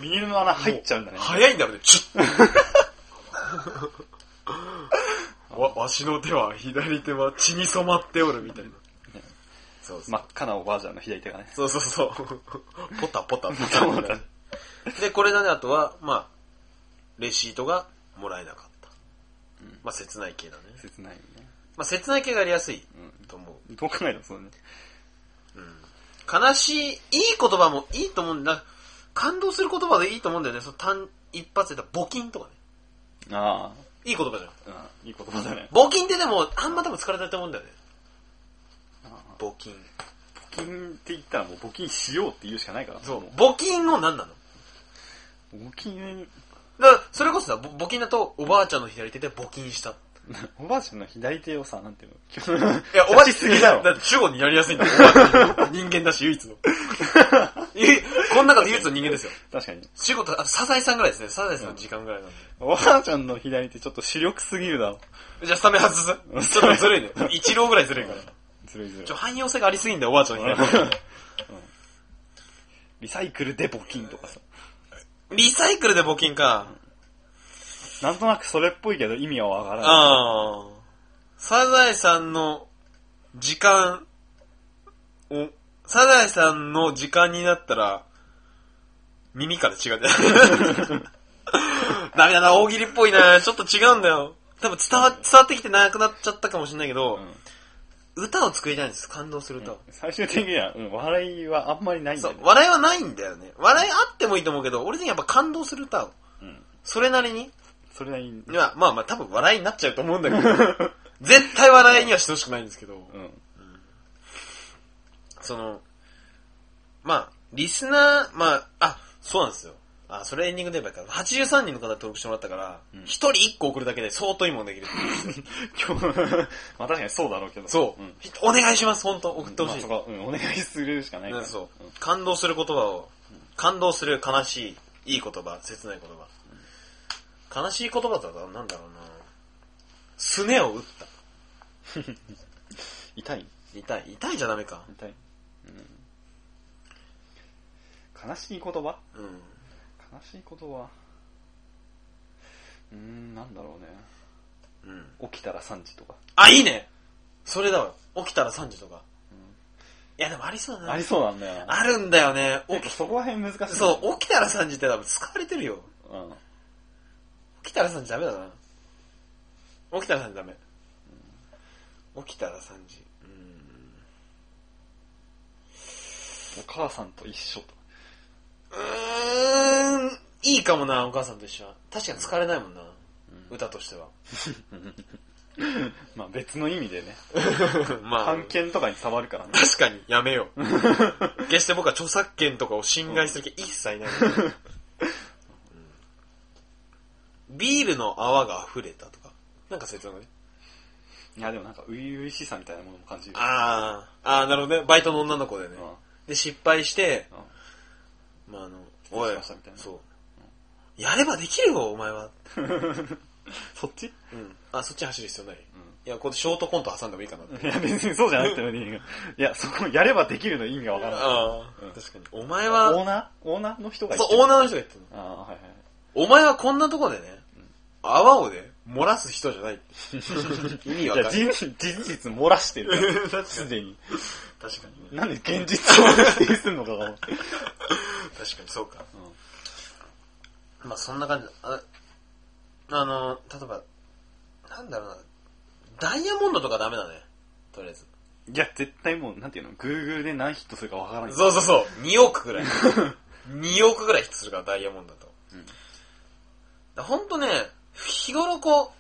Speaker 2: 耳の穴入っちゃうんだね。
Speaker 1: 早いんだろうね、チュッ。 [laughs] わ、わしの手は、左手は血に染まっておるみたいな。そうそう。
Speaker 2: 真っ赤なおばあちゃんの左手がね。
Speaker 1: そうそうそう。ポタポタポタポタ。で、これだね、あとは、まあ、レシートがもらえなかった。まあ、切ない系だね。
Speaker 2: 切ないよね。
Speaker 1: まあ、切ない系がやりやすい
Speaker 2: うん
Speaker 1: と思う。
Speaker 2: [laughs] どう考えてもそうだね。
Speaker 1: 悲しい、いい言葉もいいと思うんだ。感動する言葉でいいと思うんだよね。その単一発で言ったら募金とかね。
Speaker 2: あ
Speaker 1: いい言葉じゃん。
Speaker 2: あ、うん、いい言葉だね。
Speaker 1: 募金ってでも、あんまでも疲れてると思うんだよね。募金。
Speaker 2: 募金って言ったらもう募金しようって言うしかないから。
Speaker 1: そう
Speaker 2: も。
Speaker 1: 募金の何なの
Speaker 2: う。募金、
Speaker 1: だから、それこそさ、ぼ募金だと、おばあちゃんの左手で募金した。
Speaker 2: [laughs] おばあちゃんの左手をさ、なんていうの
Speaker 1: い
Speaker 2: [laughs]
Speaker 1: や、おばあちゃん
Speaker 2: 立ちすぎだろ
Speaker 1: だって主語にやりやすい [laughs] んだもんおばあちゃん人間だし、唯 [laughs] 一の。いこの中で唯一の人間ですよ。
Speaker 2: 確かに。
Speaker 1: 主語と、あと、サザエさんぐらいですね。サザエさんの時間ぐらいなんで。
Speaker 2: おばあちゃんの左手ちょっと視力すぎるだろ。
Speaker 1: じゃあ、スタメン外すちょっとずるいね。一郎ぐらいずるいから。
Speaker 2: ずるいずるい [laughs]
Speaker 1: ちょ、。汎用性がありすぎんだよ、おばあちゃんにね。
Speaker 2: リサイクルで募金とかさ。
Speaker 1: リサイクルで募金か。
Speaker 2: なんとなくそれっぽいけど意味はわからない。
Speaker 1: ああ。サザエさんの時間を、サザエさんの時間になったら、耳から違う [laughs] ね。ダメだな、大喜利っぽいな。ちょっと違うんだよ。多分伝わ、伝わってきてなくなっちゃったかもしれないけど、歌を作りたいんです。感動する歌を。
Speaker 2: 最終的には、うん、笑いはあんまりないんだ
Speaker 1: そう、
Speaker 2: よね。
Speaker 1: 笑いはないんだよね。笑いあってもいいと思うけど、俺的にやっぱ感動する歌を。
Speaker 2: うん
Speaker 1: それなりに。
Speaker 2: それなりに。
Speaker 1: いや、まあまあ多分笑いになっちゃうと思うんだけ [laughs] ど、絶対笑いにはしてほしくないんですけど。
Speaker 2: うん。
Speaker 1: その、まあ、リスナー、まあ、あ、そうなんですよ。あ、それエンディングで言えばいいか。83人の方登録してもらったから、
Speaker 2: うん
Speaker 1: 一、人一個送るだけで相当いいもんできる。
Speaker 2: 今日、まあ確かにそうだろうけど。
Speaker 1: そう、
Speaker 2: ん
Speaker 1: ひお願いします、本当送ってほしい、
Speaker 2: まあそこはうん、お願いするしかないから。
Speaker 1: ねそう、
Speaker 2: ん
Speaker 1: 感動する言葉を、感動する悲しい、いい言葉、切ない言葉。悲しい言葉だとなんだろうなすねを打った。
Speaker 2: 痛い
Speaker 1: 痛い。痛いじゃダメか。
Speaker 2: 痛い。うん。悲しい言葉
Speaker 1: うん。
Speaker 2: 悲しいことは、うーん、なんだろうね。
Speaker 1: うん。
Speaker 2: 起きたら3時とか。
Speaker 1: あ、いいねそれだわ。起きたら3時とか。いや、でもありそうだな。
Speaker 2: ありそうなんだよ。
Speaker 1: あるんだよね。
Speaker 2: ちょっ
Speaker 1: 起
Speaker 2: と
Speaker 1: き
Speaker 2: そこら辺難しい。
Speaker 1: そう、起きたら3時って多分使われてるよ。
Speaker 2: う。うん。
Speaker 1: 起きたら3時ダメだな。起きたら3時ダメ。起きたら3時。うん。
Speaker 2: お母さんと一緒とか。
Speaker 1: うーん、いいかもな、お母さんと一緒は。確かに疲れないもんな、歌としては。
Speaker 2: まあ別の意味でね。
Speaker 1: [laughs] ま
Speaker 2: 判権とかに触るからね。
Speaker 1: 確かに、やめ [laughs] よう。決して僕は著作権とかを侵害する気一切ない、うんビールの泡が溢れたとか。なんか説明がね。
Speaker 2: いやでもなんか初々しさみたいなものも感じる。
Speaker 1: あー、あーなるほどね。バイトの女の子でね。
Speaker 2: うん
Speaker 1: で、失敗して、
Speaker 2: うん
Speaker 1: まあ、あの、
Speaker 2: 礼
Speaker 1: おい
Speaker 2: しましたみたい、な
Speaker 1: そう。やればできるよ、お前は。
Speaker 2: そっち
Speaker 1: うん。あ、そっち走る必要ない。いや、ここでショートコント挟んでもいいかなって。
Speaker 2: いや別にそうじゃなくて
Speaker 1: [laughs]
Speaker 2: もいいよいや、そこやればできるの意味がわからない。
Speaker 1: ああ、
Speaker 2: うん
Speaker 1: 確かに。お前
Speaker 2: オ
Speaker 1: は、
Speaker 2: ーナーオーナーの人が言
Speaker 1: そ
Speaker 2: って
Speaker 1: う、オー
Speaker 2: ナー
Speaker 1: ナーの人が言ったの。
Speaker 2: ああ、はいはい。
Speaker 1: お前はこんなとこでね、泡をね、漏らす人じゃないって。 [laughs] 意味わ
Speaker 2: じゃ
Speaker 1: か
Speaker 2: あ
Speaker 1: んない。
Speaker 2: 事実事実漏ら [laughs] してるから
Speaker 1: 確かに
Speaker 2: すでに。
Speaker 1: 確かにね。
Speaker 2: なんで現実を否定するのかが。
Speaker 1: 確かにそうか。まあそんな感じだああの、例えば、なんだろうな、ダイヤモンドとかダメだね。とりあえず。
Speaker 2: [laughs] いや、絶対もう、なんていうの、Google で何ヒットするかわからない。
Speaker 1: そうそうそう。2億 [laughs] くらい。2億くらいヒットするから、ダイヤモンドだと。
Speaker 2: うん
Speaker 1: だほんとね、日頃こ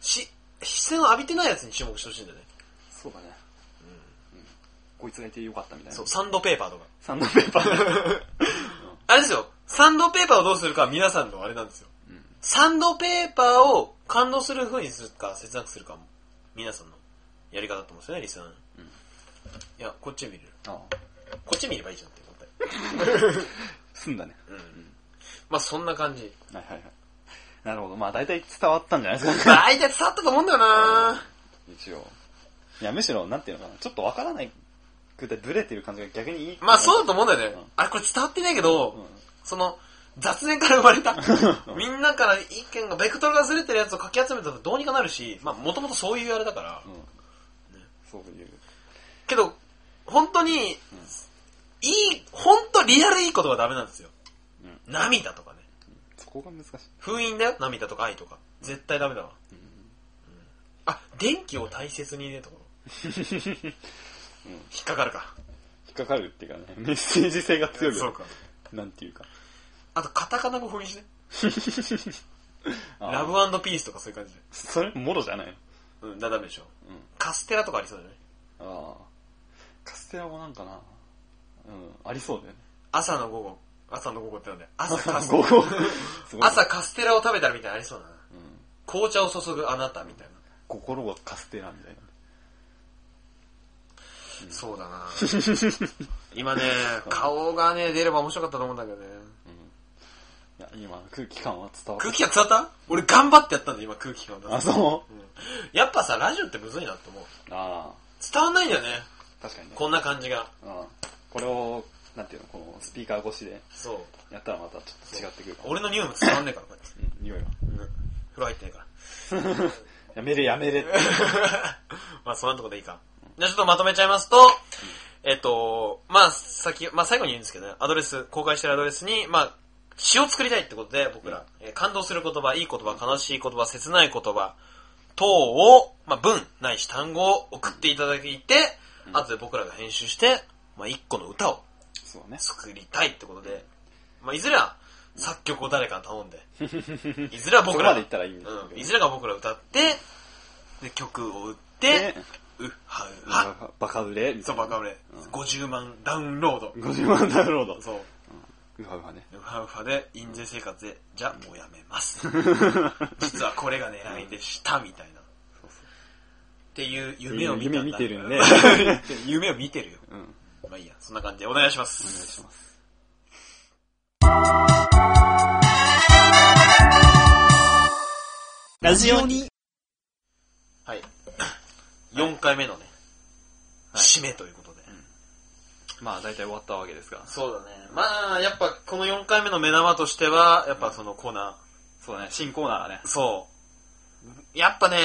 Speaker 1: う、し、視線を浴びてないやつに注目してほしいんだよね。
Speaker 2: そうだね。うんこいつがいてよかったみたいな。
Speaker 1: そう、サンドペーパーとか。
Speaker 2: サンドペーパ [laughs] ー。
Speaker 1: あれですよ、サンドペーパーをどうするかは皆さんのあれなんですよ。
Speaker 2: うん
Speaker 1: サンドペーパーを感動する風にするか、切なくするかも、皆さんのやり方だと思うんですよね、リスナーの。
Speaker 2: うん
Speaker 1: いや、こっち見る。
Speaker 2: あ
Speaker 1: こっち見ればいいじゃんって答
Speaker 2: 済んだね。
Speaker 1: え。うん。まあそんな感
Speaker 2: [laughs]
Speaker 1: じ。
Speaker 2: はいはいはい。なるほど。まあ、大体伝わったんじゃないですか。 [laughs]
Speaker 1: まあ相手伝わったと思うんだよな
Speaker 2: 一応。いや、むしろ、なんていうのかな。ちょっとわからないくて、ブレてる感じが逆にいい。
Speaker 1: まあそうだと思うんだよね
Speaker 2: うん。
Speaker 1: あれこれ伝わってないけど、
Speaker 2: うん。
Speaker 1: その、雑念から生まれた。みんなから意見が、ベクトルがずれてるやつをかき集めたらどうにかなるし、まあもともとそういうあれだから。
Speaker 2: うん。そういう。
Speaker 1: けど、本当に、いい、本当リアルいいことはダメなんですよ。
Speaker 2: うん。
Speaker 1: 涙とかね。
Speaker 2: そこが難しい。
Speaker 1: 封印だよ。涙とか愛とか。絶対ダメだわ。うんあ、電気を大切にね、ところ。
Speaker 2: うん
Speaker 1: 引っかかるか。
Speaker 2: 引っかかるっていうかね、メッセージ性が強いよ。
Speaker 1: そうか。
Speaker 2: なんていうか。
Speaker 1: あと、カタカナ語封印して。
Speaker 2: [laughs] あ
Speaker 1: ラブピースとかそういう感じで。
Speaker 2: それ、もろじゃないの
Speaker 1: うん、だダメでしょ。
Speaker 2: うん。
Speaker 1: カステラとかありそうだよね。
Speaker 2: ああ。カステラもなんかな。うん、ありそうだよね。
Speaker 1: 朝の午後。朝の午後ってなんだよ。朝カス
Speaker 2: 午後。 [laughs] すごい
Speaker 1: 朝カステラを食べたらみたいなのありそうだな。
Speaker 2: うん。
Speaker 1: 紅茶を注ぐあなたみたいな。
Speaker 2: 心がカステラみ [laughs] たいな。
Speaker 1: そうだな今ね、顔がね、出れば面白かったと思うんだけどね。
Speaker 2: いや、今、空気感は伝わ
Speaker 1: 空
Speaker 2: る。
Speaker 1: 気感伝わった俺頑張ってやったんだ、今空気感
Speaker 2: あ、
Speaker 1: が。
Speaker 2: そう
Speaker 1: やっぱさ、ラジオってむずいなって思う。
Speaker 2: あ
Speaker 1: 伝わんないんだよね。
Speaker 2: あ、確かにね。
Speaker 1: こんな感じが。
Speaker 2: うん。これを、なんていうの、このスピーカー越しで
Speaker 1: そう。
Speaker 2: やったらまたちょっと違ってくるかも。
Speaker 1: 俺の匂いも伝わんねえから、こうやって。
Speaker 2: うん、匂いは。
Speaker 1: うん。風呂入ってねえから。
Speaker 2: やめれやめれって。
Speaker 1: [laughs] まあ、そんなとこでいいか。じゃあちょっとまとめちゃいますと、えっと、まあ、先、まあ最後に言うんですけどね、アドレス、公開してるアドレスに、まあ、詩を作りたいってことで、僕ら、えー感動する言葉、いい言葉、悲しい言葉、切ない言葉、等を、まあ、文、ないし単語を送っていただいて、
Speaker 2: うん
Speaker 1: 後で僕らが編集して、まあ、一個の歌を
Speaker 2: そうね。
Speaker 1: 作りたいってことで、まあ、いずれは、作曲を誰かに頼んで、いずれは
Speaker 2: そこ [laughs]
Speaker 1: 僕
Speaker 2: ま
Speaker 1: ら
Speaker 2: でい、ったらいいんです
Speaker 1: うん、
Speaker 2: け
Speaker 1: い
Speaker 2: ど。
Speaker 1: ずれが僕ら歌って、で、曲をて、うっはうは。
Speaker 2: バカバカ売れみた
Speaker 1: そ、
Speaker 2: いうな
Speaker 1: バカ売れ。50万ダウンロード。
Speaker 2: 50万ダウンロード。
Speaker 1: そう。
Speaker 2: うわうわね。
Speaker 1: ウハウハで印税生活で、じゃあもうやめ
Speaker 2: [laughs]
Speaker 1: ます。実はこれが狙いでした、みたいな。っていう夢を見た
Speaker 2: 夢見てるね。
Speaker 1: [laughs] 夢を見てるよ。
Speaker 2: うん。お
Speaker 1: まあいいや、そんな感じでお願いしま
Speaker 2: 願い
Speaker 1: す。
Speaker 2: します。
Speaker 1: ラジオに。はい。4回目のね、
Speaker 2: はい
Speaker 1: 締めということで。
Speaker 2: まあ、大体終わったわけですが。
Speaker 1: そうだね。まあ、やっぱこの4回目の目玉としては、やっぱそのコーナー、
Speaker 2: そうだね、新コーナーだね。
Speaker 1: そう。やっぱね、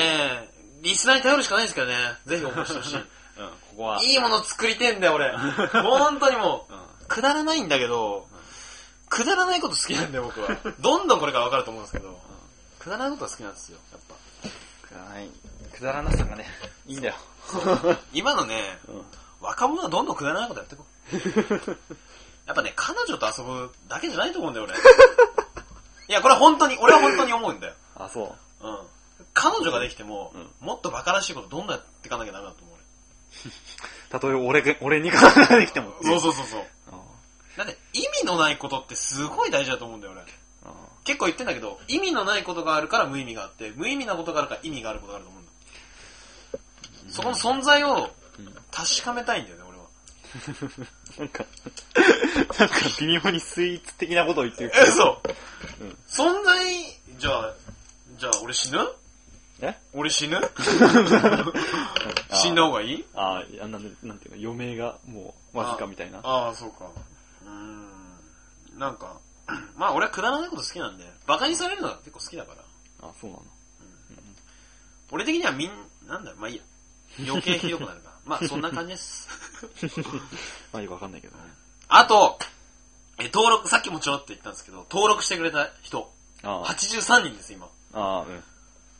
Speaker 1: リスナーに頼るしかないですけどね、ぜひ応募してほしい。
Speaker 2: [laughs] うん、ここは。
Speaker 1: いいもの作りてんだよ、俺。もう本当にも
Speaker 2: うん。
Speaker 1: う、くだらないんだけど、くだらないこと好きなんだよ、僕は。どんどんこれから分かると思うんですけど、くだらないことは好きなんですよ、やっぱ。
Speaker 2: くだらない、くだらなさがね、いいんだよ。
Speaker 1: 今のね、若者はどんどんくだらないことやってこう。やっぱね、彼女と遊ぶだけじゃないと思うんだよ、俺。いや、これは本当に、俺は本当に思うんだよ。
Speaker 2: あ、そう。
Speaker 1: うん。彼女ができても、
Speaker 2: うん
Speaker 1: もっと馬鹿らしいことどんどんやっていかなきゃダメだと思う、
Speaker 2: たとえ俺が、俺にかができても。
Speaker 1: 俺。 [laughs] そうそうそうそう。
Speaker 2: うん。
Speaker 1: だって、意味のないことってすごい大事だと思うんだよ、俺。
Speaker 2: うん
Speaker 1: 結構言ってんだけど、意味のないことがあるから無意味があって、無意味なことがあるから意味があることがあると思うんだ。そこの存在を確かめたいんだよね、俺は。
Speaker 2: なんか、なんか微妙にスイーツ的なことを言ってる。
Speaker 1: え、そううん存在、じゃあ、じゃあ俺死ぬ
Speaker 2: え
Speaker 1: 俺死 [laughs] ぬ死んだ方がいい
Speaker 2: あーいやなんで、なんていうの、余命がもうわずかみたいな。
Speaker 1: ああ、そうか。うーん。なんか、 [clears throat] まあ俺はくだらないこと好きなんで、馬鹿にされるのが結構好きだから。
Speaker 2: あ、そうなの。
Speaker 1: 俺的にはみん、なんだろう、まあいいや。余計ひどくなるから。 [laughs] まあそんな感じです。
Speaker 2: まあよくわかんないけどね。
Speaker 1: あと、え、登録、さっきもちょろっと言ったんですけど、登録してくれた人、
Speaker 2: あー
Speaker 1: 83人です、今。
Speaker 2: あー、うん。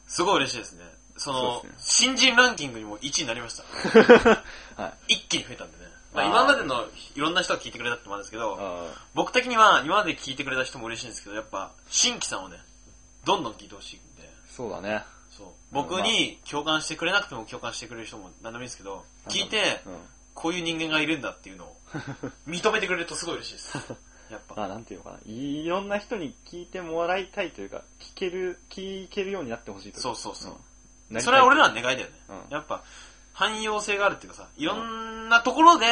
Speaker 1: すごい嬉しいですね。その、
Speaker 2: そうですね
Speaker 1: 新人ランキングにも1位になりました。 [laughs]
Speaker 2: はい。
Speaker 1: 一気に増えたんでね。まあ、
Speaker 2: あー
Speaker 1: 今までのいろんな人が聞いてくれたってもあるんですけど、
Speaker 2: あ
Speaker 1: 僕的には今まで聞いてくれた人も嬉しいんですけど、やっぱ、新規さんをね、どんどん聞いてほしいんで、
Speaker 2: ーそうだね。
Speaker 1: そう。僕に共感してくれなくても共感してくれる人も何でもいいんですけど、聞いて
Speaker 2: う、ん。
Speaker 1: こういう人間がいるんだっていうの
Speaker 2: [laughs]
Speaker 1: を、認めてくれるとすごい嬉しいです。やっぱ
Speaker 2: ま。あなんていうのかな。いろんな人に聞いてもらいたいというか、聞ける、聞けるようになってほしいというか。
Speaker 1: そうそうそう。
Speaker 2: うん
Speaker 1: それは俺らの願いだよね。
Speaker 2: うん
Speaker 1: やっぱ、汎用性があるっていうかさ、いろんなところで、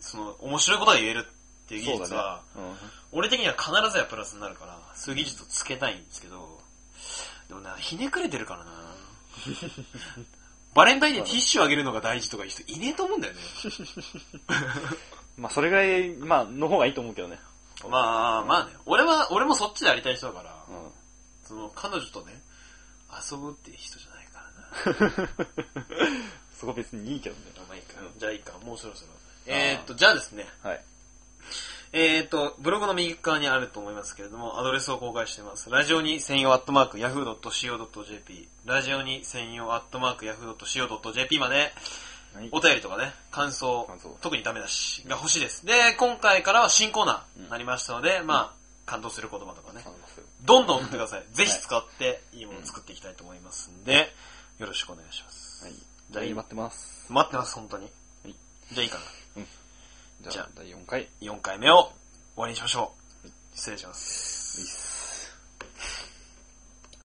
Speaker 1: その、面白いことが言えるっていう技術は、
Speaker 2: そうだね。
Speaker 1: 俺的には必ずやプラスになるから、そういう技術をつけたいんですけど、でもな、ひねくれてるからなバレンタインでティッシュあげるのが大事とかいう人いねえと思うんだよね。
Speaker 2: うんまあそれぐらい、まあ、の方がいいと思うけどね。
Speaker 1: まあ、まあね。俺は、俺もそっちでありたい人だから、
Speaker 2: うん。
Speaker 1: その、彼女とね、遊ぶっていう人じゃないからな。
Speaker 2: そこ別にいいけどね。
Speaker 1: まあいいか
Speaker 2: う。
Speaker 1: じゃあいいか。もうそろそろ。
Speaker 2: あー
Speaker 1: えーっと、じゃあですね。
Speaker 2: はい。
Speaker 1: えー、と、ブログの右側にあると思いますけれども、アドレスを公開しています。ラジオに専用アットマーク、yahoo.co.jp、ラジオに専用アットマーク、yahoo.co.jp まで、
Speaker 2: はい
Speaker 1: お便りとかね、感想
Speaker 2: 感想、
Speaker 1: 特にダメだし、が欲しいです。で、今回からは新コーナーになりましたので、まあ、感動する言葉とかね、
Speaker 2: 頼みますよ
Speaker 1: どんどん送ってください。ぜひ使って、いいものを作っていきたいと思いますんで、よろしくお願いします。
Speaker 2: はい。
Speaker 1: じゃあ
Speaker 2: 待ってます。
Speaker 1: 待ってます、本当に。
Speaker 2: はい
Speaker 1: じゃあいいかな。
Speaker 2: じゃあ、
Speaker 1: じゃあ
Speaker 2: 第4回。
Speaker 1: 4回目を終わりにしましょう。失礼します。
Speaker 2: ういっす